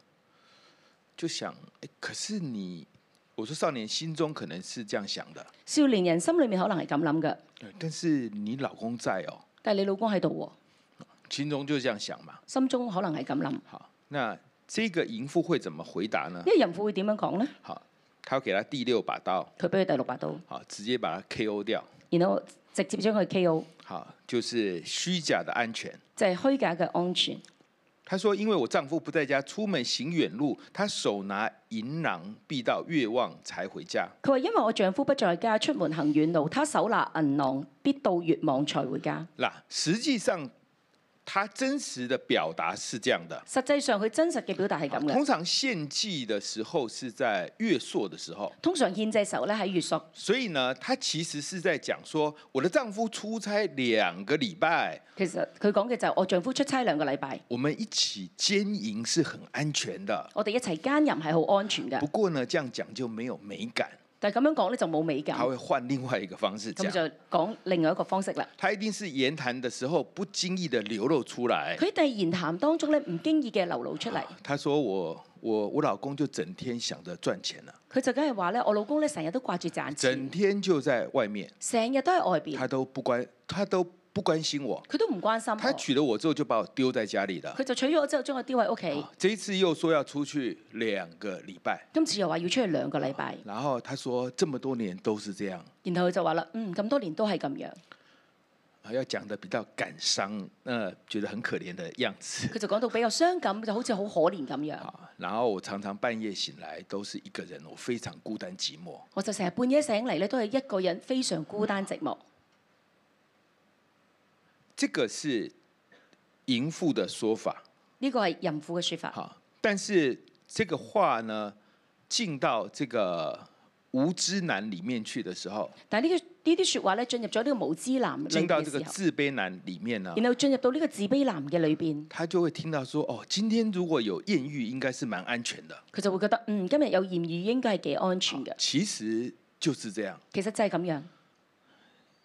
Speaker 2: 就想，哎，可是你，我说少年心中可能是这样想的，
Speaker 3: 少年人心裏面可能係咁諗嘅，
Speaker 2: 呃但是你老公在哦，
Speaker 3: 但係你老公喺度喎，
Speaker 2: 心中就这样想嘛。
Speaker 3: 心中可能係咁諗。呢
Speaker 2: 好，那這個淫婦會怎麼回答呢？
Speaker 3: 個淫婦會點樣講呢？
Speaker 2: 好，他要給他第六把刀，
Speaker 3: 佢俾佢第六把刀，
Speaker 2: 好，直接把他 KO 掉。
Speaker 3: 然後直接將佢 K.O.，
Speaker 2: 好，就是虛假的安全。
Speaker 3: 就係虛假嘅安全。
Speaker 2: 他說：“因為我丈夫不在家，出門行遠路，他手拿銀囊，必到月望才回家。
Speaker 3: 佢話：因為我丈夫不在家，出門行遠路，他手拿銀囊，必到月望才回家。
Speaker 2: 嗱，實際上他真實的表達是這樣的。
Speaker 3: 實際上佢真實嘅表達係咁嘅。
Speaker 2: 通常獻祭的時候是在月朔的時候，
Speaker 3: 通常獻祭時候咧喺月朔，
Speaker 2: 所以呢，他其實是在講說，我的丈夫出差兩個禮拜，
Speaker 3: 其實佢講嘅就係我丈夫出差兩個禮拜，
Speaker 2: 我們一起奸淫是很安全的。
Speaker 3: 我哋一齊奸淫係好安全
Speaker 2: 不
Speaker 3: 嘅。
Speaker 2: 過呢，這樣講就沒有美感，
Speaker 3: 但係咁樣講咧就冇美感
Speaker 2: 他，會換另外一個方式
Speaker 3: 咁
Speaker 2: 講。
Speaker 3: 就講另外一個方式啦。
Speaker 2: 他一定是言談的時候不經意的流露出來。
Speaker 3: 佢哋言談當中咧唔經意嘅流露出嚟，
Speaker 2: 他說我我我老公就整天想着賺錢了，
Speaker 3: 佢就梗係話咧，我老公咧成日都掛住賺
Speaker 2: 整
Speaker 3: 錢，
Speaker 2: 天就在外面，
Speaker 3: 成日都喺外邊，
Speaker 2: 他都不關他都不關心我。
Speaker 3: 佢都唔關心
Speaker 2: 他
Speaker 3: 我，
Speaker 2: 娶了我之後就把我丟在家裡了。
Speaker 3: 佢就娶咗我之後將我丟喺屋企
Speaker 2: 啊，這一次又說要出去兩個禮拜，
Speaker 3: 今次又話要出去兩個禮拜，
Speaker 2: 然後他說這麼多年都是這樣，
Speaker 3: 然後佢就話啦，嗯，咁多年都係咁樣，
Speaker 2: 啊要講得比較感傷，呃，覺得很可憐的樣子。
Speaker 3: 佢就講到比較傷感，就好似好可憐咁樣。
Speaker 2: 啊，然後我常常半夜醒來都是一個人，我非常孤單寂寞。
Speaker 3: 我就成日半夜醒嚟咧，都係一個人，非常孤單寂
Speaker 2: 嗯
Speaker 3: 寞。
Speaker 2: 這個是淫婦的說法。
Speaker 3: 呢個係淫婦嘅説法，
Speaker 2: 好，但是这个话呢，进到这个无知男里面去的时候，
Speaker 3: 但係呢啲呢啲説話咧進入咗呢個無知男裏
Speaker 2: 进
Speaker 3: 邊
Speaker 2: 到
Speaker 3: 嘅
Speaker 2: 这个
Speaker 3: 時候，
Speaker 2: 自卑男里面呢，
Speaker 3: 然後進入到呢個自卑男嘅裏邊，
Speaker 2: 他就会听到说，哦，今天如果有艳遇，应该是蛮安全的。
Speaker 3: 佢就會覺得嗯，今日有豔遇應該係幾安全嘅。
Speaker 2: 其实就是这样，
Speaker 3: 其實就係咁樣，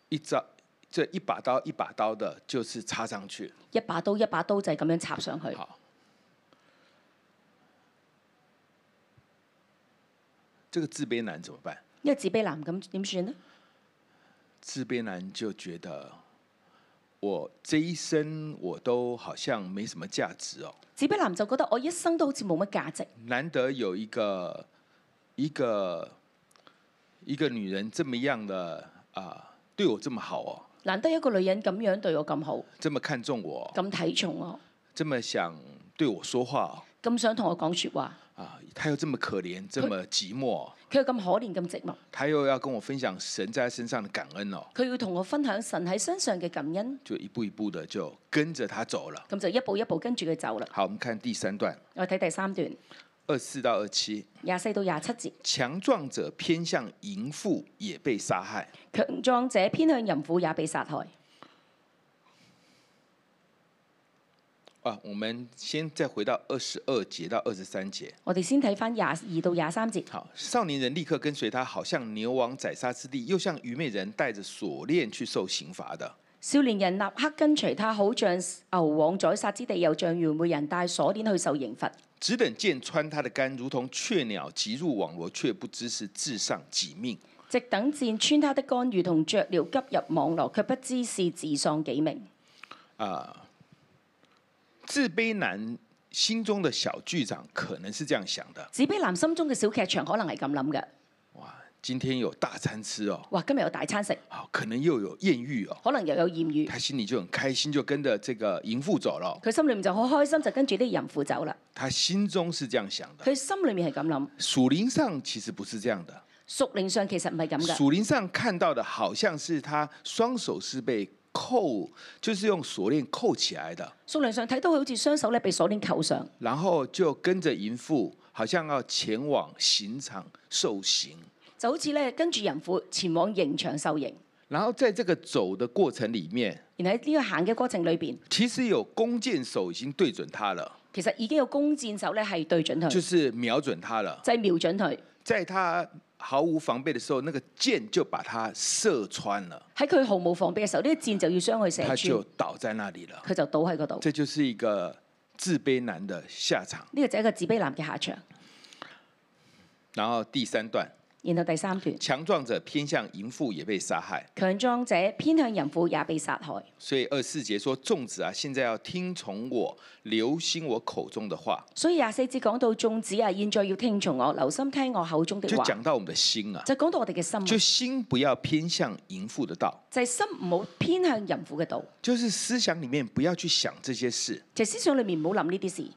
Speaker 2: 一招这一把刀一把刀的，就是插上去。
Speaker 3: 一把刀一把刀就係咁樣插上去。
Speaker 2: 好，这个自卑男怎么办？
Speaker 3: 因為自卑男咁點算呢？
Speaker 2: 自卑男就觉得我这一生我都好像没什么价值哦，
Speaker 3: 自卑男就覺得我一生都好似冇乜價值，
Speaker 2: 难得有一个一个一个女人这么样的啊、对我这么好哦，
Speaker 3: 難得一個女人咁樣對我咁好，
Speaker 2: 这么看重我哦，
Speaker 3: 咁睇重我，
Speaker 2: 这么想对我说话哦
Speaker 3: 咁想同我講説話，
Speaker 2: 哦，啊，他又这么可怜，这么寂寞，
Speaker 3: 佢又咁可憐咁寂寞，
Speaker 2: 他又要跟我分享神在他身上的感恩哦，
Speaker 3: 佢要同我分享神喺身上嘅感恩，
Speaker 2: 就一步一步的就跟着他走了。
Speaker 3: 咁就一步一步跟住佢走啦。
Speaker 2: 好，我们看第三段，
Speaker 3: 我睇第三段
Speaker 2: 二四到二七，
Speaker 3: 廿四到廿七節，
Speaker 2: 强壮者偏向淫妇也被杀害。
Speaker 3: 強壯者偏向淫婦也被殺害。
Speaker 2: 啊，我们先再回到二十二节到二十三节。
Speaker 3: 我哋先睇翻廿二到廿三節，
Speaker 2: 好，少年人立刻跟随他，好像牛王宰杀之地，又像愚昧人带着锁链去受刑罚的。
Speaker 3: 少年人立刻跟隨他，好像牛往宰殺之地，又像愚昧人帶鎖鏈去受刑罰。
Speaker 2: 只等箭穿他的肝，如同雀鸟急入网罗，却不知是自上己命。
Speaker 3: 直等箭穿他的肝，如同雀鳥急入網羅，卻不知是自喪己命。
Speaker 2: 啊、自卑男心中的小剧场可能是这样想的：
Speaker 3: 自卑男心中嘅小劇場可能係咁諗嘅，
Speaker 2: 哇，今天有大餐吃哦，
Speaker 3: 哇！今日有大餐食，
Speaker 2: 好，可能又有艳遇哦，
Speaker 3: 可能又有豔遇，
Speaker 2: 他心里就很开心，就跟着这个淫妇走了。哦
Speaker 3: 佢心裏面就好開心，就跟住啲淫婦走啦。
Speaker 2: 他心中是这样想的，
Speaker 3: 佢心裏面係咁諗，
Speaker 2: 属灵上其实不是这样的，
Speaker 3: 屬靈上其實唔係咁嘅。
Speaker 2: 属灵上看到的好像是他双手是被扣，就是用锁链扣起来的。
Speaker 3: 屬靈上睇到佢好似雙手咧被鎖鏈扣上，
Speaker 2: 然后就跟着淫妇，好像要前往刑场受刑。
Speaker 3: 就好似咧跟住淫婦前往刑場受刑。
Speaker 2: 然后在这个走的过程里面，
Speaker 3: 然後喺呢個行嘅過程裏邊，
Speaker 2: 其实有弓箭手已经对准他了，
Speaker 3: 其實已經有弓箭手咧係對準佢，
Speaker 2: 就
Speaker 3: 就是
Speaker 2: 瞄准他了。
Speaker 3: 係瞄準佢。
Speaker 2: 在他毫无防备的时候，那个箭就把他射穿了，
Speaker 3: 喺佢毫無防備嘅時候，呢、個箭就要將佢射
Speaker 2: 他就
Speaker 3: 穿，
Speaker 2: 倒在那里了。
Speaker 3: 佢就倒喺嗰度。
Speaker 2: 这就是一个自卑男的下场。
Speaker 3: 呢個就係一個自卑男嘅下場。
Speaker 2: 然后第三段，
Speaker 3: 然後第三段，
Speaker 2: 强壮者偏向淫妇也被杀害。
Speaker 3: 強壯者偏向淫婦也被殺害。
Speaker 2: 所以二十四节说：“众子啊，现在要听从我，留心我口中的话。”
Speaker 3: 所以廿四節講到眾子啊，現在要聽從我，留心聽我口中的
Speaker 2: 就
Speaker 3: 話，
Speaker 2: 讲到我们的心啊，
Speaker 3: 就講到我哋嘅心啊，
Speaker 2: 就心不要偏向淫妇的道，
Speaker 3: 就係心唔好偏向淫婦嘅道，
Speaker 2: 就是思想里面不要去想这些事，
Speaker 3: 就係思想裏面唔好諗呢啲事，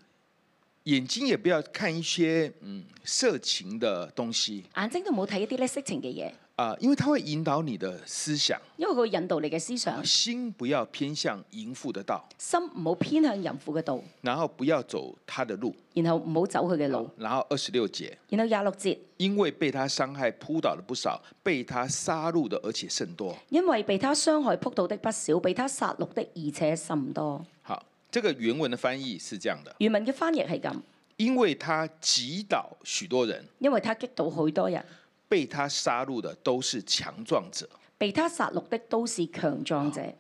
Speaker 2: 眼睛也不要看一些嗯色情的东西
Speaker 3: 眼睛都唔好睇一啲咧色情嘅嘢，
Speaker 2: 啊、因為它會引導你的思想。啊
Speaker 3: 因為佢會引導你嘅思想，
Speaker 2: 心不要偏向淫妇的道，
Speaker 3: 心唔好偏向淫婦嘅道，
Speaker 2: 然後不要走他的路。
Speaker 3: 然後唔好走佢嘅路。
Speaker 2: 然后二十六节，
Speaker 3: 然後廿六節，
Speaker 2: 因為被他伤害扑倒的不少，被他杀戮的而且甚多。
Speaker 3: 因為被他傷害撲倒的不少，被他殺戮的而且甚多。
Speaker 2: 好，这个原文的翻译是这样的：
Speaker 3: 原文嘅翻譯係咁，
Speaker 2: 因為他击倒许多人，
Speaker 3: 因為他擊倒許多人。
Speaker 2: 被他杀戮的都是强壮者，
Speaker 3: 被他殺戮的都是強壯
Speaker 2: 啊
Speaker 3: 者，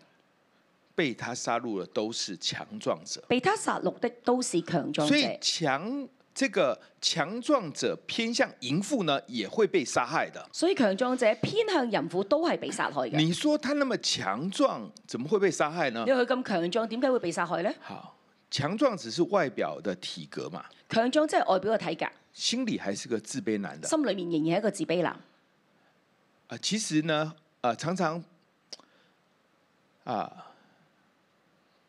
Speaker 2: 被他杀戮的都是强壮者。
Speaker 3: 被他殺戮的都是強壯
Speaker 2: 所以
Speaker 3: 者。
Speaker 2: 强这个强壮者偏向淫妇呢，也会被杀害的。
Speaker 3: 所以強壯者偏向淫婦都係被殺害嘅。
Speaker 2: 你啊说他那么强壮，怎麼會被殺害呢
Speaker 3: 你？話佢咁強壯，點解會被殺害呢？
Speaker 2: 好，强壮只是外表的體格嘛，
Speaker 3: 強壯即係外表嘅體格，
Speaker 2: 心里還是个自卑男的。啊、
Speaker 3: 心裏面仍然係一個自卑男。
Speaker 2: 其實呢，啊、常常，啊、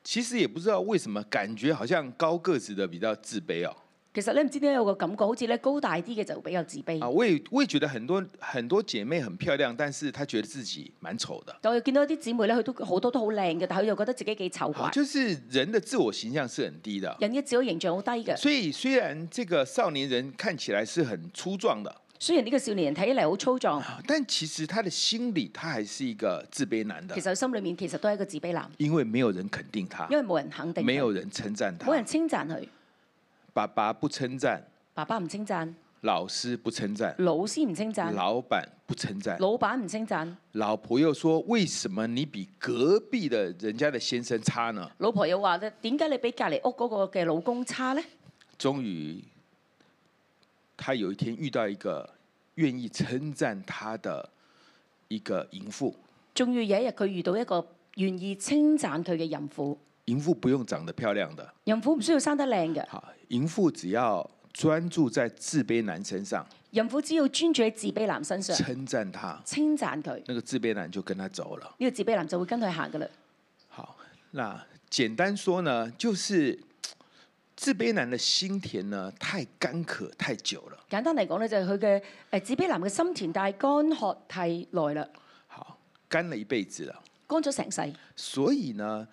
Speaker 2: 其實也不知道為什麼，感覺好像高個子的比較自卑哦。
Speaker 3: 其實咧，唔知點解有個感覺，好似咧高大啲嘅就比較自卑。
Speaker 2: 啊，我也我也觉得很多很多姐妹很漂亮，但是她觉得自己蛮丑的。
Speaker 3: 但我又見到啲姊妹咧，佢都好多都好靚嘅，但佢又覺得自己幾醜
Speaker 2: 好，
Speaker 3: 怪。
Speaker 2: 就是人的自我形象是很低的。
Speaker 3: 人嘅自我形象好低嘅，
Speaker 2: 所以雖然這個少年人看起來是很粗壯的，
Speaker 3: 雖然呢個少年人睇起嚟好粗壯，
Speaker 2: 啊但其實他的心里他還是一個自卑男的
Speaker 3: 其，實佢心裏面其實都係一個自卑男，
Speaker 2: 因為沒有人肯定他
Speaker 3: 因，為冇人肯定
Speaker 2: 啊沒有
Speaker 3: 佢，
Speaker 2: 人稱讚
Speaker 3: 冇人
Speaker 2: 他，
Speaker 3: 稱讚佢，
Speaker 2: 爸爸不稱讚，
Speaker 3: 爸爸唔稱
Speaker 2: 啊
Speaker 3: 讚。
Speaker 2: 老師不稱讚，
Speaker 3: 老師唔稱讚，
Speaker 2: 老闆不稱讚，
Speaker 3: 老闆唔稱讚，
Speaker 2: 老婆又說為什麼你比隔壁的人家的先生差呢？
Speaker 3: 老婆又話咧：點解你比隔離屋嗰個嘅老公差呢？
Speaker 2: 终于，他有一天遇到一个愿意称赞他的一个淫妇。
Speaker 3: 仲要有一日佢遇到一個願意稱讚佢嘅淫婦，
Speaker 2: 淫婦不用長得漂亮的，
Speaker 3: 淫婦唔需要生得靚嘅，
Speaker 2: 好，淫婦只要專注在自卑男身上，
Speaker 3: 淫婦只要專注喺自卑男身上，
Speaker 2: 稱讚他，
Speaker 3: 稱讚佢，呢、
Speaker 2: 那個自卑男就跟他走了。
Speaker 3: 個自卑男就會跟佢行噶啦。
Speaker 2: 好，那簡單說呢，就是自卑男的心田呢，太干渴太久了。
Speaker 3: 簡單嚟講咧，就係佢嘅誒紫卑男嘅心田，但係乾渴太耐啦，
Speaker 2: 好，干了一辈子了，
Speaker 3: 乾咗成世，
Speaker 2: 所以呢，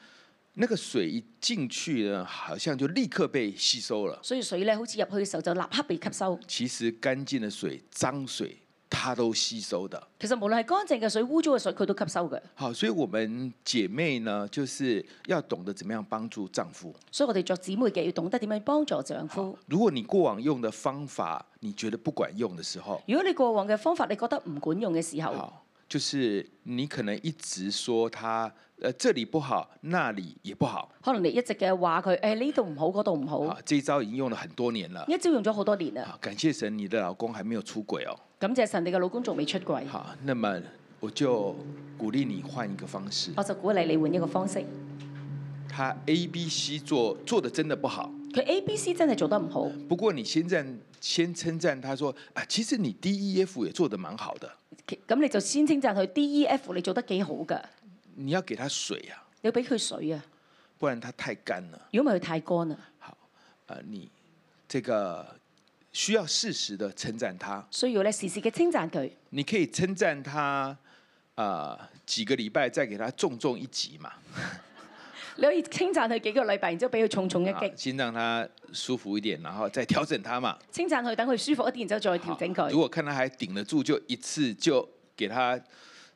Speaker 2: 那个水一进去呢，好像就立刻被吸收了。
Speaker 3: 所以水咧好似入去嘅時候就立刻被吸收。
Speaker 2: 其实干净的水、脏水，它都吸收的。
Speaker 3: 其實無論係乾淨嘅水、污糟嘅水，佢都吸收嘅。
Speaker 2: 好，所以我们姐妹呢，就是要懂得怎么样帮助丈夫。
Speaker 3: 所以我哋作姊妹嘅要懂得點樣幫助丈夫。
Speaker 2: 如果你过往用的方法你觉得不管用的时候，
Speaker 3: 如果你過往嘅方法你覺得唔管用嘅時候，
Speaker 2: 好，就是你可能一直说他呃这里不好，那里也不好，
Speaker 3: 可能你一直嘅話佢誒呢度唔好，嗰度唔好
Speaker 2: 啊，，这一招已经用了很多年了。
Speaker 3: 一招用咗好多年啦。
Speaker 2: 啊，感谢神，你的老公还没有出轨哦。
Speaker 3: 感謝神，你嘅老公仲未出櫃，
Speaker 2: 好，那么我就鼓勵你换一个方式。
Speaker 3: 我就鼓勵你換一個方式。
Speaker 2: 他 A、B、C 做做的真的不好，
Speaker 3: 佢 A、B、C 真係做得唔好，
Speaker 2: 不过你先赞先称赞他说啊，其实你 D、E、F 也做得蛮好的。
Speaker 3: 其咁你就先稱讚佢 D、E、F 你做得幾好㗎，
Speaker 2: 你要给他水啊，
Speaker 3: 你要俾佢水啊，
Speaker 2: 不然他太干了。
Speaker 3: 如果唔係佢太乾啦，
Speaker 2: 啊，你这个需要适时的称赞他，
Speaker 3: 需要咧時時嘅稱讚佢。
Speaker 2: 你可以称赞他。啊、几个礼拜再给他重重一击嘛，
Speaker 3: 你可以稱讚佢幾個禮拜，然之後俾佢重重一
Speaker 2: 啊
Speaker 3: 擊，
Speaker 2: 先让他舒服一点，然后再调整他嘛。
Speaker 3: 稱讚佢等佢舒服一啲，然之後再調整
Speaker 2: 好如
Speaker 3: 佢。
Speaker 2: 果看他还顶得住，就一次就给他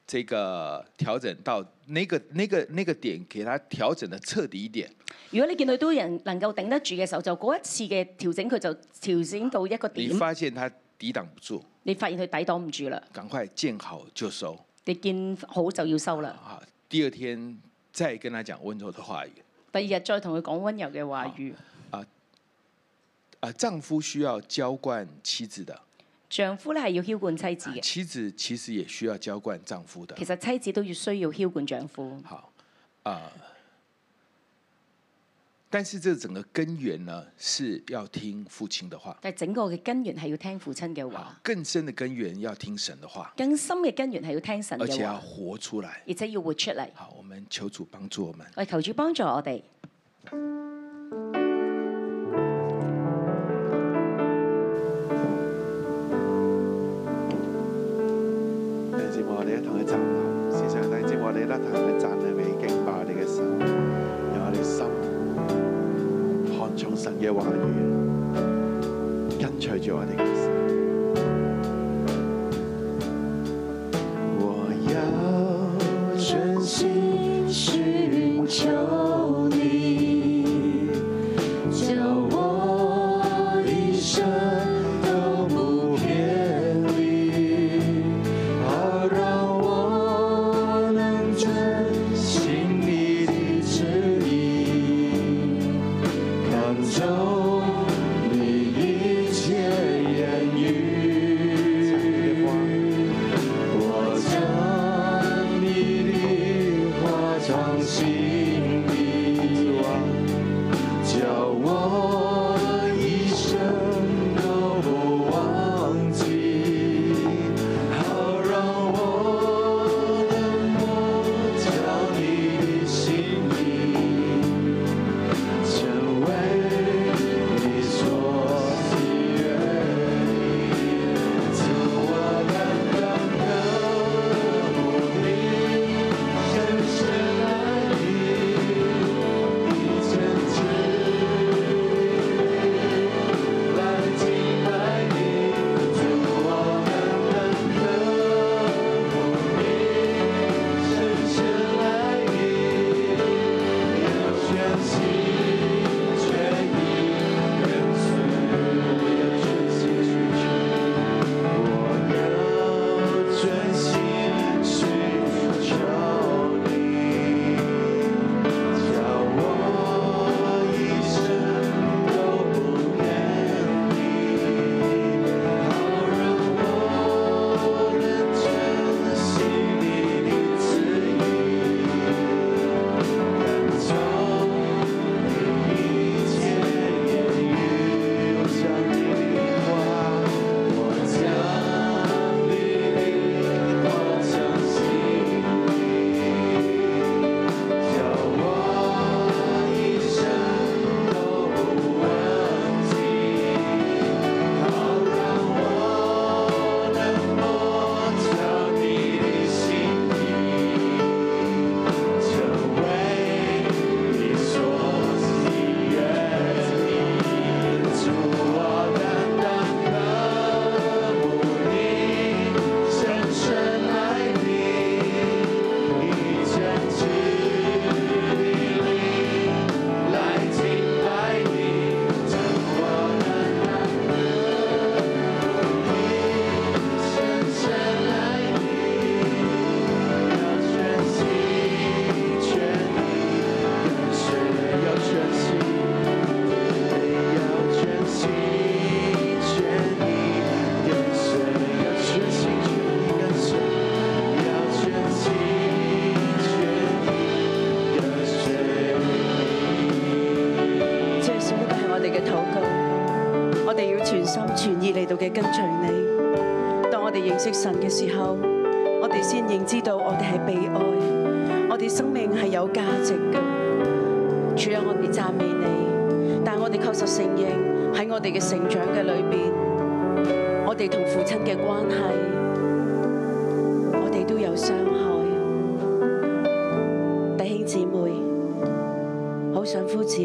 Speaker 2: 这个调整到那个那个那个点，给他调整的彻底一点。
Speaker 3: 如果你見佢都人能夠頂得住嘅時候，就嗰一次嘅調整佢就調整到一個
Speaker 2: 你
Speaker 3: 點，
Speaker 2: 发現他抵擋不住，
Speaker 3: 你發現佢抵擋唔住啦，
Speaker 2: 赶快见好就收
Speaker 3: 你見好就要收啦。
Speaker 2: 啊！第二天再跟他講温柔的话语
Speaker 3: 第二日再同佢講温柔嘅話語。
Speaker 2: 啊，丈夫需要浇灌妻子的，啊
Speaker 3: 丈夫咧係要澆灌妻子嘅，
Speaker 2: 妻子其实也需要浇灌丈夫的
Speaker 3: 其。實妻子都要需要澆灌丈夫。
Speaker 2: 好啊。但是這整個根源呢，是要聽父親的話，
Speaker 3: 但係整個嘅根源係要聽父親嘅
Speaker 2: 啊
Speaker 3: 話，，
Speaker 2: 更深的根源要聽神的話。
Speaker 3: 更深嘅根源係要聽神
Speaker 2: 而且
Speaker 3: 嘅
Speaker 2: 要
Speaker 3: 話，
Speaker 2: 活出来。
Speaker 3: 而且要活出嚟。
Speaker 2: 好，我们求主帮助我们。
Speaker 3: 我哋求主幫助我哋。
Speaker 4: 弟兄姊妹，我哋一同去站立。事實上，弟兄姊妹，我哋一同去站立美敬拜我哋嘅神，讓我哋心看重神嘅話語，跟隨住我哋嘅神。我要全心寻求你，叫我一生都不偏离。好让我能真心地指引，看透你一切眼
Speaker 5: 嘅跟隨你。當我哋認識神嘅時候，我哋先認知到我哋係被愛，我哋生命係有價值嘅。主啊，我哋讚美你，但我哋確實承認喺我哋嘅成長嘅裏邊，我哋同父親嘅關係，我哋都有傷害。弟兄姊妹，好想呼召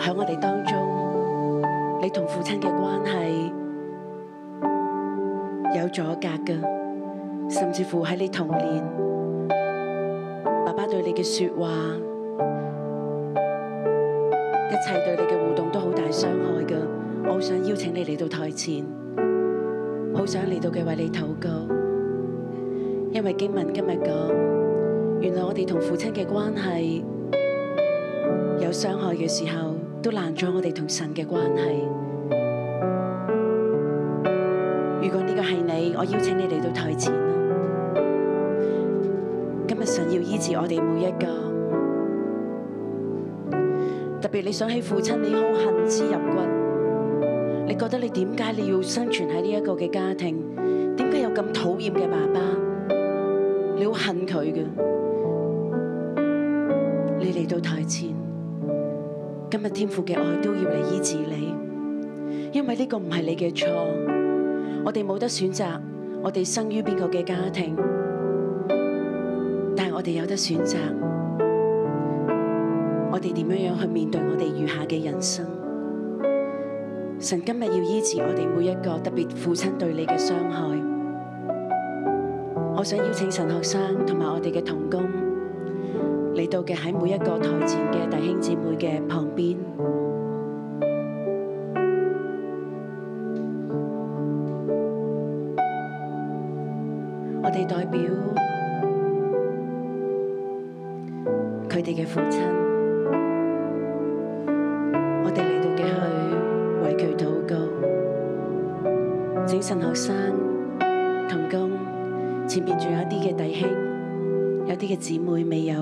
Speaker 5: 喺我哋當中，你同父親嘅關係有阻隔嘅，甚至乎喺你童年，爸爸對你嘅說話。一切對你嘅互動都好大傷害㗎。我好想邀請你嚟到台前，好想嚟到嘅為你禱告，因為經文今日講，原來我哋同父親嘅關係有傷害嘅時候，都難咗我哋同神嘅關係。如果呢個係你，我邀請你嚟到台前啦。今日神要醫治我哋每一個。特別你想起父親，你好恨之入骨，你覺得你點解你要生存喺呢一個嘅家庭？點解有咁討厭嘅爸爸？你好恨佢嘅，你嚟到台前，今日天父嘅愛都要嚟醫治你，因為呢個唔係你嘅錯，我哋冇得選擇，我哋生於邊個嘅家庭，但係我哋有得選擇。我哋點樣樣去面對我哋餘下嘅人生？神今日要醫治我哋每一個，特別父親對你嘅傷害。我想邀請神學生同埋我哋嘅同工嚟到嘅喺每一個台前嘅弟兄姊妹嘅旁邊。我哋代表佢哋嘅父親。我哋嚟到嘅去為佢禱告，整神學生、同工，前面仲有一啲嘅弟兄，有啲嘅姊妹未有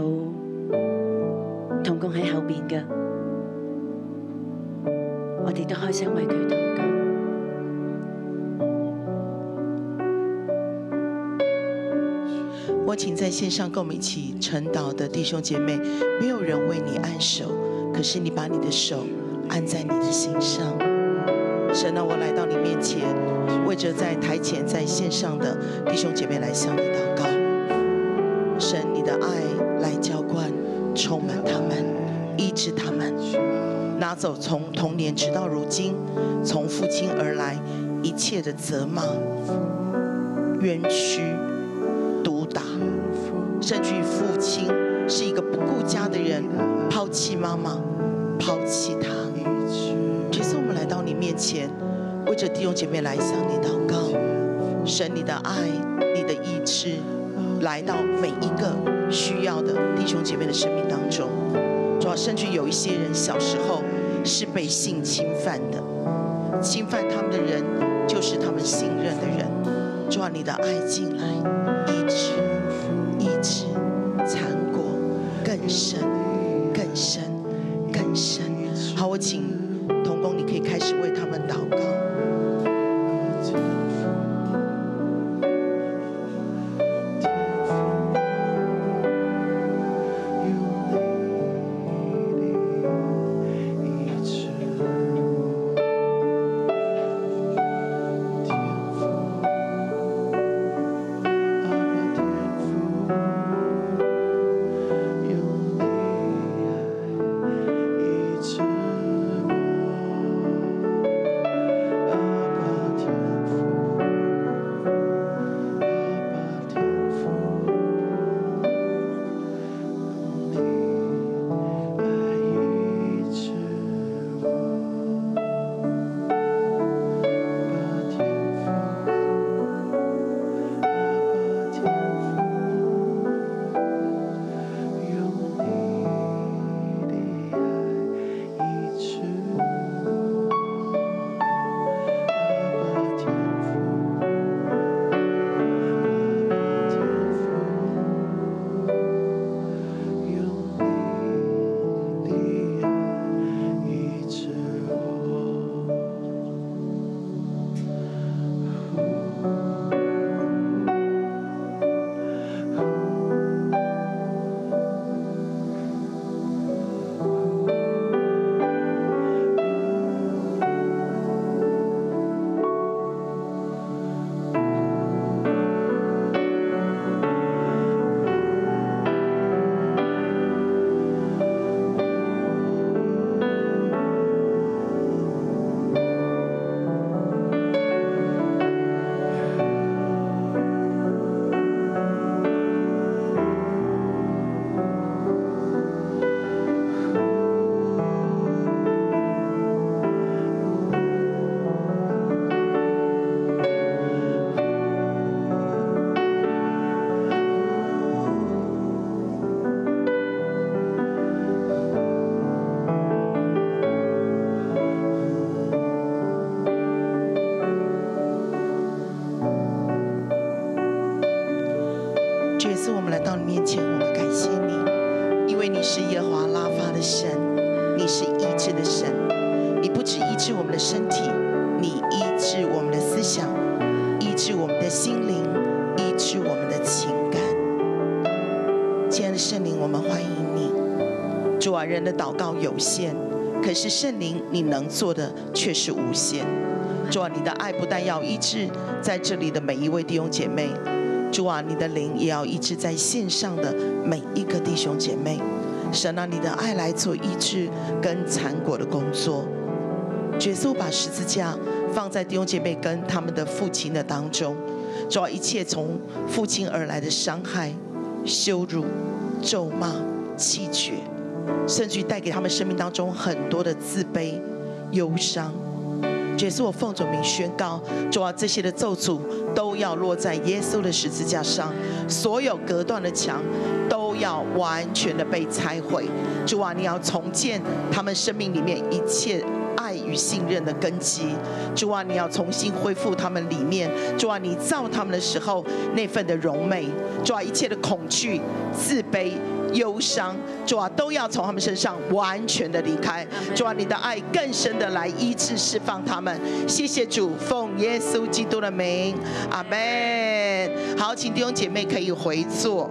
Speaker 5: 同工喺後邊嘅，我哋都開聲為佢禱告。
Speaker 6: 我请在线上跟我们一起晨祷的弟兄姐妹，没有人为你按手，可是你把你的手按在你的心上。神啊，我来到你面前，为着在台前在线上的弟兄姐妹来向你祷告。神，你的爱来浇灌，充满他们，医治他们，拿走从童年直到如今，从父亲而来一切的责骂、冤屈、毒打，甚至于父亲是一个不顾家的人，抛弃妈妈，抛弃他。这次我们来到你面前，为着弟兄姐妹来向你祷告，神你的爱，你的意志，来到每一个需要的弟兄姐妹的生命当中。主要甚至有一些人小时候是被性侵犯的，侵犯他们的人就是他们信任的人。主啊，你的爱进来，医治、医治、残果更深、更深、更深。好，我请童工，你可以开始为他们祷告。
Speaker 4: 天父，阿爸天
Speaker 6: 主也是我们来到你面前，我们感谢你，因为你是耶和华拉法的神，你是医治的神，你不止医治我们的身体，你医治我们的思想，医治我们的心灵，医治我们的情感。亲爱的圣灵，我们欢迎你。主啊，人的祷告有限，可是圣灵你能做的却是无限。主啊，你的爱不但要医治在这里的每一位弟兄姐妹，主啊，你的灵也要医治在线上的每一个弟兄姐妹。神啊，你的爱来做医治跟残果的工作。耶稣把十字架放在弟兄姐妹跟他们的父亲的当中，主啊，一切从父亲而来的伤害、羞辱、咒骂、气绝，甚至于带给他们生命当中很多的自卑、忧伤。主耶稣，我奉主名宣告，主啊，这些的咒诅都要落在耶稣的十字架上，所有隔断的墙都要完全的被拆毁。主啊，你要重建他们生命里面一切爱与信任的根基。主啊，你要重新恢复他们里面。主啊，你造他们的时候那份的柔美。主啊，一切的恐惧、自卑、忧伤，主啊，都要从他们身上完全的离开。主啊，你的爱更深的来医治、释放他们。谢谢主，奉耶稣基督的名，阿门。好，请弟兄姐妹可以回座。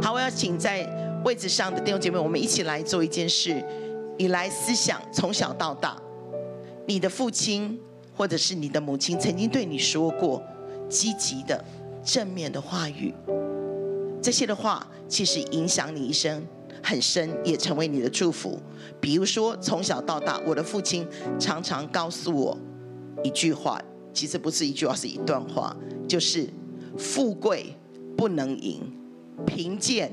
Speaker 6: 好，我要请在位置上的弟兄姐妹，我们一起来做一件事，你来思想从小到大，你的父亲或者是你的母亲曾经对你说过积极的、正面的话语，这些的话其实影响你一生很深，也成为你的祝福。比如说，从小到大，我的父亲常常告诉我一句话，其实不是一句话，是一段话，就是“富贵不能淫，贫贱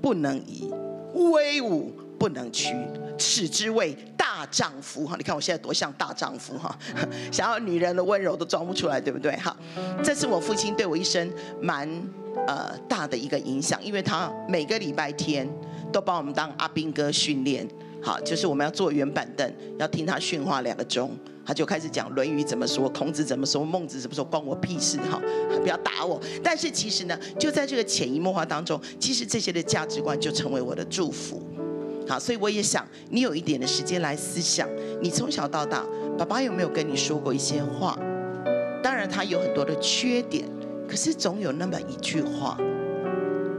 Speaker 6: 不能移，威武不能屈，此之谓大丈夫。”哈，你看我现在多像大丈夫哈， 想要女人的温柔都装不出来，对不对？哈，这是我父亲对我一生蛮呃大的一个影响，因为他每个礼拜天都把我们当阿兵哥训练。好，就是我们要坐圆板凳，要听他训话两个钟，他就开始讲《论语》怎么说，孔子怎么说，孟子怎么说，关我屁事哈，不要打我。但是其实呢，就在这个潜移默化当中，其实这些的价值观就成为我的祝福。好，所以我也想你有一点的时间来思想，你从小到大，爸爸有没有跟你说过一些话？当然，他有很多的缺点，可是总有那么一句话，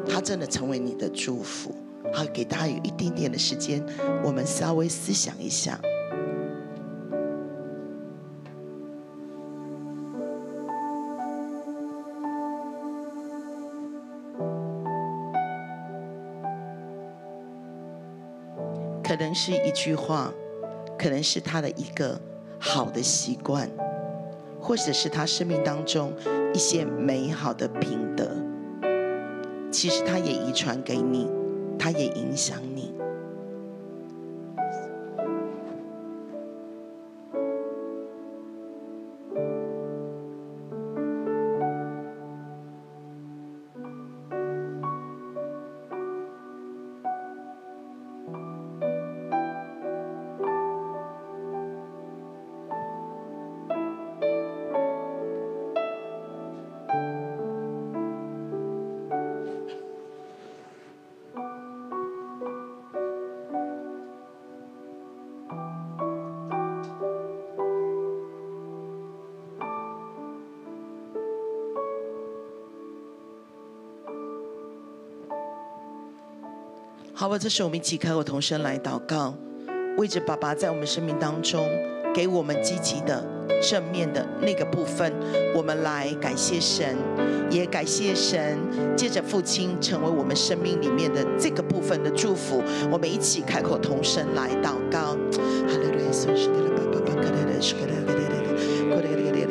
Speaker 6: 他真的成为你的祝福。好，给大家有一点点的时间，我们稍微思想一下。可能是一句话，可能是他的一个好的习惯，或者是他生命当中一些美好的品德。其实他也遗传给你，他也影响你。好吧，这时候我们一起开口同声来祷告，为着爸爸在我们生命当中给我们积极的、正面的那个部分，我们来感谢神，也感谢神，借着父亲成为我们生命里面的这个部分的祝福，我们一起开口同声来祷告。哈利路亚，是的，是的，爸爸，是的，是的，是的。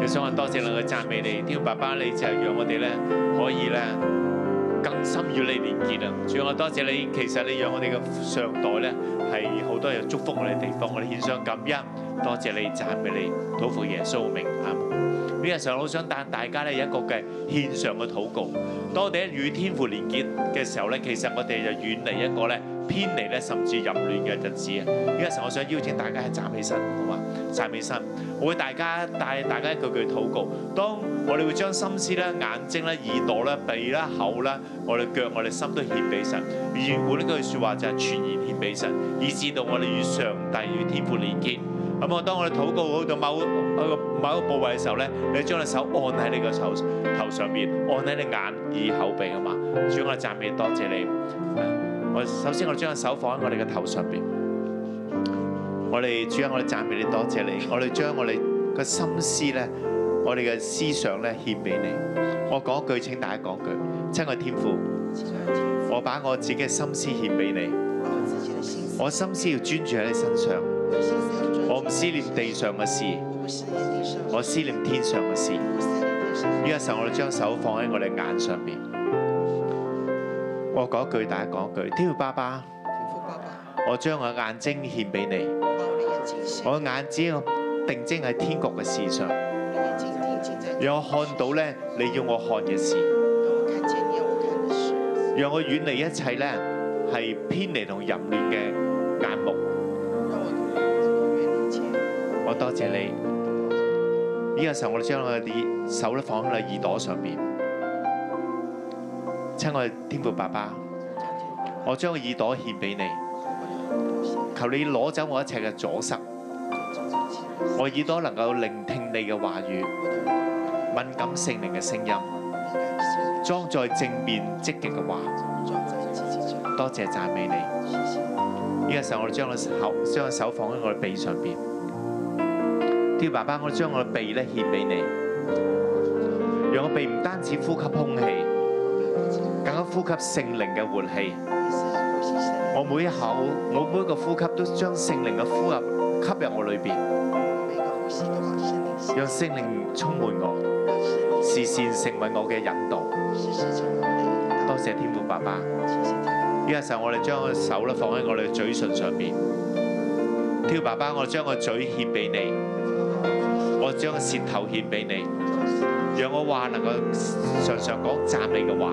Speaker 7: 亦想我多謝兩個讚美你，天父爸爸你就係讓我哋咧可以咧更深與你連結啊！主我多謝你，其實你讓我哋嘅上代咧係好多有祝福我哋嘅地方，我哋獻上感恩，多謝你讚美你，禱告耶穌嘅名阿門。呢個時候，我想帶大家咧有一個嘅獻上嘅禱告。當我哋與天父連結嘅時候咧，其實我哋就遠離一個咧偏離咧甚至淫亂嘅日子啊！呢個時候，我想邀請大家係站起身，好嘛？站起身，我會大家帶大家一句句禱告。當我哋會將心思咧、眼睛咧、耳朵咧、鼻啦、口啦、我哋腳、我哋心都獻俾神。而原本呢句説話就係全然獻俾神，以至到我哋與上帝與天父連結。咁我當我哋禱告到某一個某一個部位嘅時候咧，你將你手按喺你個手頭上面，按喺你眼、耳、口、鼻啊嘛。主，我哋讚美多謝你。我首先我哋將個手放喺我哋嘅頭上邊。我哋主啊，我哋讚美你，多謝你。我哋將我哋嘅心思咧，我哋嘅思想咧獻俾你。我講一句，請大家講一句。親愛天父，我把我自己嘅心思獻俾你。我心思要專注喺你身上。我唔思念地上嘅事，我思念天上嘅事。呢個時候，我哋將手放喺我哋眼上面。我講一句，大家講一句。天父爸爸，我將我眼睛獻俾你。我眼睛要定睛喺天國嘅事上，讓我看到咧你要我看嘅事，讓我遠離一切咧係偏離同淫亂嘅眼目。我多謝你。呢、個時候，我哋將我哋手咧放喺我哋耳朵上面。親愛的天父爸爸，我將個耳朵獻俾你，求你攞走我一切嘅阻塞，我耳朵能夠聆聽你嘅話語，敏感聖靈嘅聲音，裝載正面積極嘅話。多謝讚美你。呢、個時候，我哋將個手將個手放喺我哋鼻上邊。天父爸爸，我將我嘅鼻咧獻俾你，讓我鼻唔單止呼吸空氣，更加呼吸聖靈嘅活氣。我每一口，我每一個呼吸都將聖靈嘅呼入吸入我裏邊，讓聖靈充滿我，視線成為我嘅引導。多謝天父爸爸。呢個時候，我哋將個手咧放喺我哋嘅嘴唇上邊。天父爸爸，我將個嘴獻俾你。我將舌頭獻俾你，讓我話能夠常常講讚美嘅話，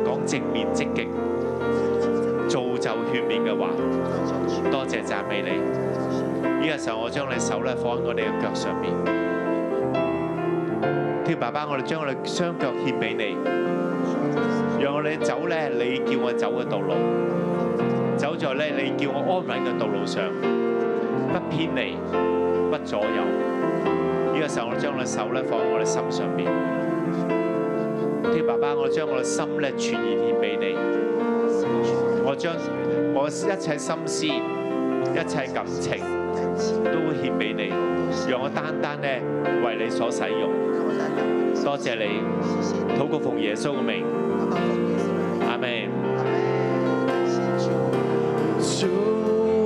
Speaker 7: 講正面積極、造就勸勉嘅話。多謝讚美你。呢個時候，我將你手咧放喺我哋嘅腳上面。天父爸爸，我哋將我哋雙腳獻俾你，讓我哋走咧你叫我走嘅道路，走在咧你叫我安穩嘅道路上，不偏離。不左右。呢、個時候，我將我嘅手咧放喺我嘅心上邊。天爸爸，我將我嘅心咧全然獻俾你。我將我一切心思、一切感情都會獻俾你，讓我單單咧為你所使用。多謝你，禱告奉耶穌嘅名，阿門。
Speaker 4: 主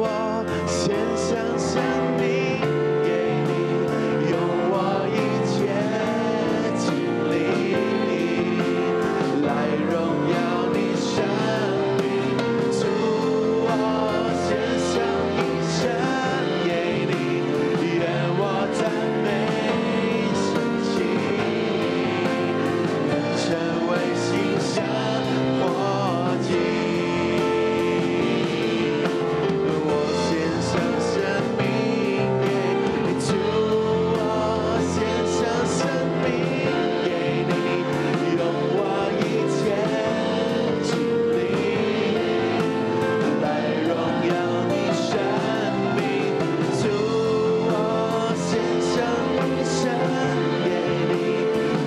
Speaker 4: 啊，献上生命给你，用我一切精力来荣耀你生命。主啊，献上一生给你，愿我赞美神情，能成为馨香火烬。我献上生命给你，主，我献上生命给你，用我一切精力来荣耀你生命。主，我献上一生给你，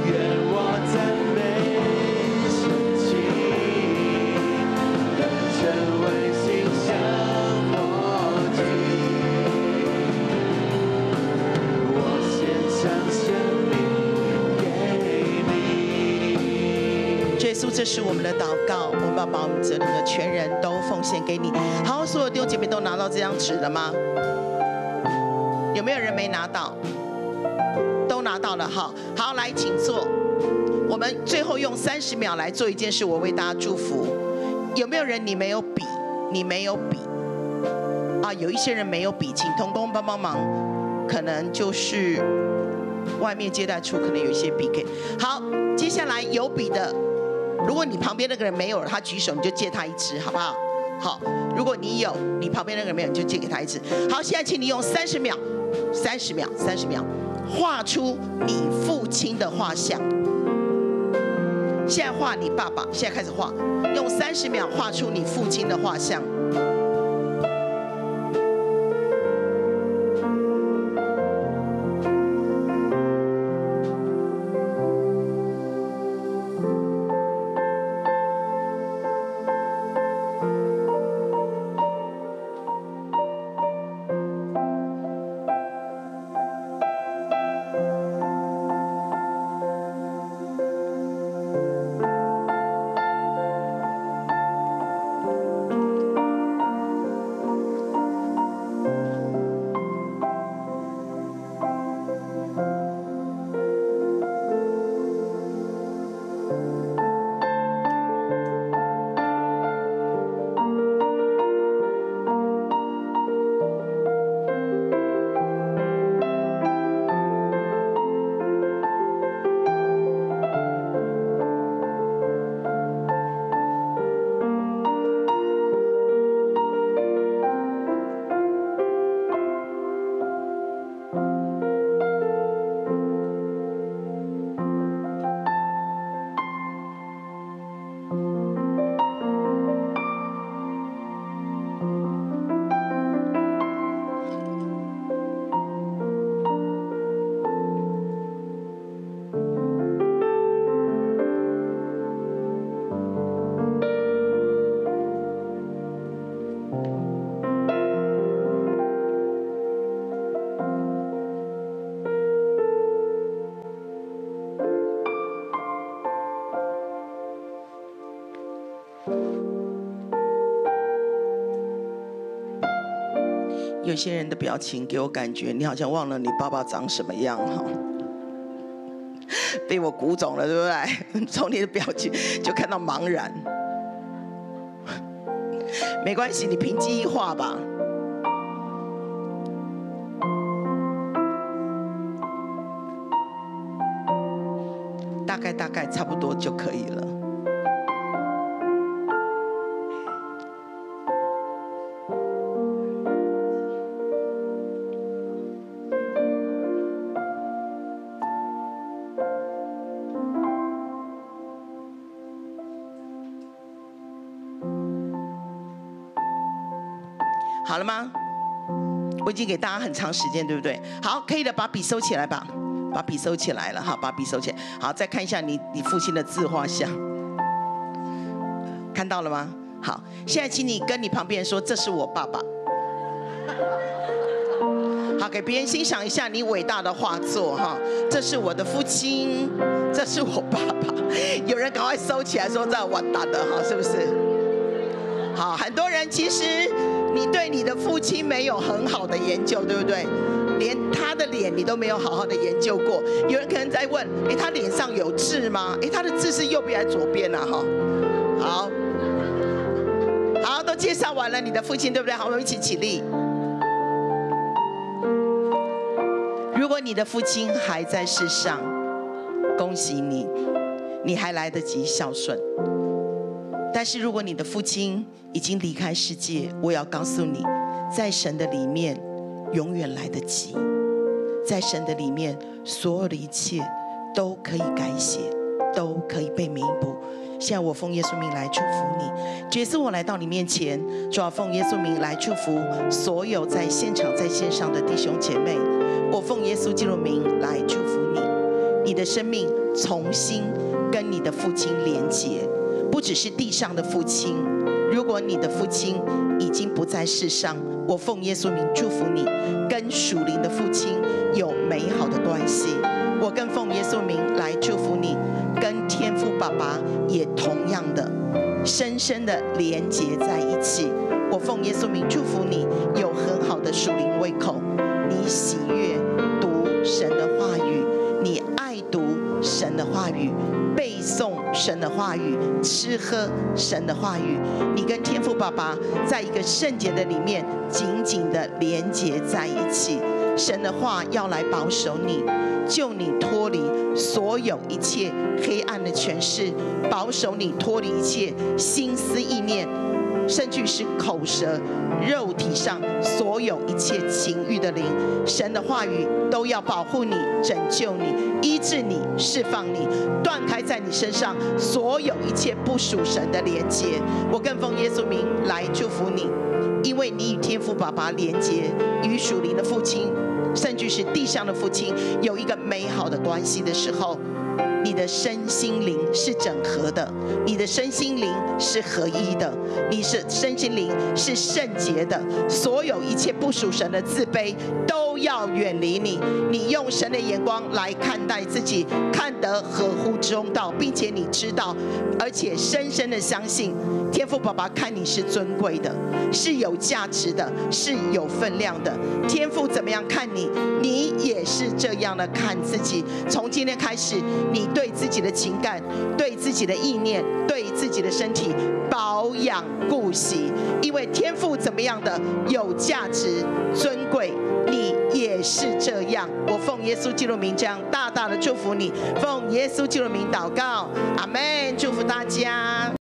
Speaker 4: 愿我赞美神情。能成为馨香火烬，我献上生命给你。
Speaker 6: 主耶稣，这是我们的祷告，我们要把我们这里的全人都奉献给你。好，所有弟兄姐妹都拿到这张纸了吗？有没有人没拿到？都拿到了，好，好，来，请坐。我们最后用三十秒来做一件事，我为大家祝福。有没有人你没有笔？你没有笔啊？有一些人没有笔，请童工帮帮忙，可能就是外面接待处可能有一些笔给。好，接下来有笔的，如果你旁边那个人没有，他举手你就借他一支，好不好？好，如果你有，你旁边那个人没有，你就借给他一支。好，现在请你用三十秒，三十秒，三十秒，画出你父亲的画像。现在画你爸爸，现在开始画，用三十秒画出你父亲的画像。有些人的表情给我感觉，你好像忘了你爸爸长什么样哈。 被我鼓肿了，对不对？从你的表情就看到茫然。 没关系，你凭记忆画吧。大概大概差不多就可以了。好了吗？我已经给大家很长时间，对不对？好，可以的，把笔收起来吧，把笔收起来了哈，把笔收起来。好，再看一下你你父亲的自画像，看到了吗？好，现在请你跟你旁边人说，这是我爸爸。好，给别人欣赏一下你伟大的画作哈。这是我的父亲，这是我爸爸。有人赶快收起来，说这完蛋了哈，是不是？好，很多人其实你对你的父亲没有很好的研究，对不对？连他的脸你都没有好好的研究过。有人可能在问：诶，他脸上有痣吗？诶，他的痣是右边还是左边啊？哈，好，好，都介绍完了你的父亲，对不对？好，我们一起起立。如果你的父亲还在世上，恭喜你，你还来得及孝顺。但是如果你的父亲已经离开世界，我要告诉你，在神的里面永远来得及，在神的里面所有的一切都可以改写，都可以被弥补。现在我奉耶稣名来祝福你，主耶稣，我来到你面前，主要奉耶稣名来祝福所有在现场、在线上的弟兄姐妹，我奉耶稣基督名来祝福你。你的生命重新跟你的父亲连结，不只是地上的父亲。如果你的父亲已经不在世上，我奉耶稣名祝福你，跟属灵的父亲有美好的关系。我更奉耶稣名来祝福你，跟天父爸爸也同样的深深的连结在一起。我奉耶稣名祝福你，有很好的属灵胃口，你喜悦读神的话语，你爱读神神的话语，背诵神的话语，吃喝神的话语。你跟天父爸爸在一个圣洁的里面紧紧的连结在一起。神的话要来保守你，救你脱离所有一切黑暗的权势，保守你脱离一切心思意念，甚至是口舌、肉体上所有一切情欲的灵，神的话语都要保护你、拯救你、医治你、释放你，断开在你身上所有一切不属神的连接。我更奉耶稣名来祝福你，因为你与天父爸爸连接，与属灵的父亲，甚至是地上的父亲有一个美好的关系的时候。你的身心灵是整合的，你的身心灵是合一的，你是身心灵是圣洁的，所有一切不属神的自卑都要远离你。你用神的眼光来看待自己，看得合乎中道，并且你知道，而且深深的相信天父爸爸看你是尊贵的，是有价值的，是有分量的。天父怎么样看你，你也是这样的看自己。从今天开始，你对自己的情感、对自己的意念、对自己的身体保养顾惜，因为天父怎么样的有价值、尊贵，你也是这样。我奉耶稣基督名这样大大的祝福你，奉耶稣基督名祷告，阿门，祝福大家。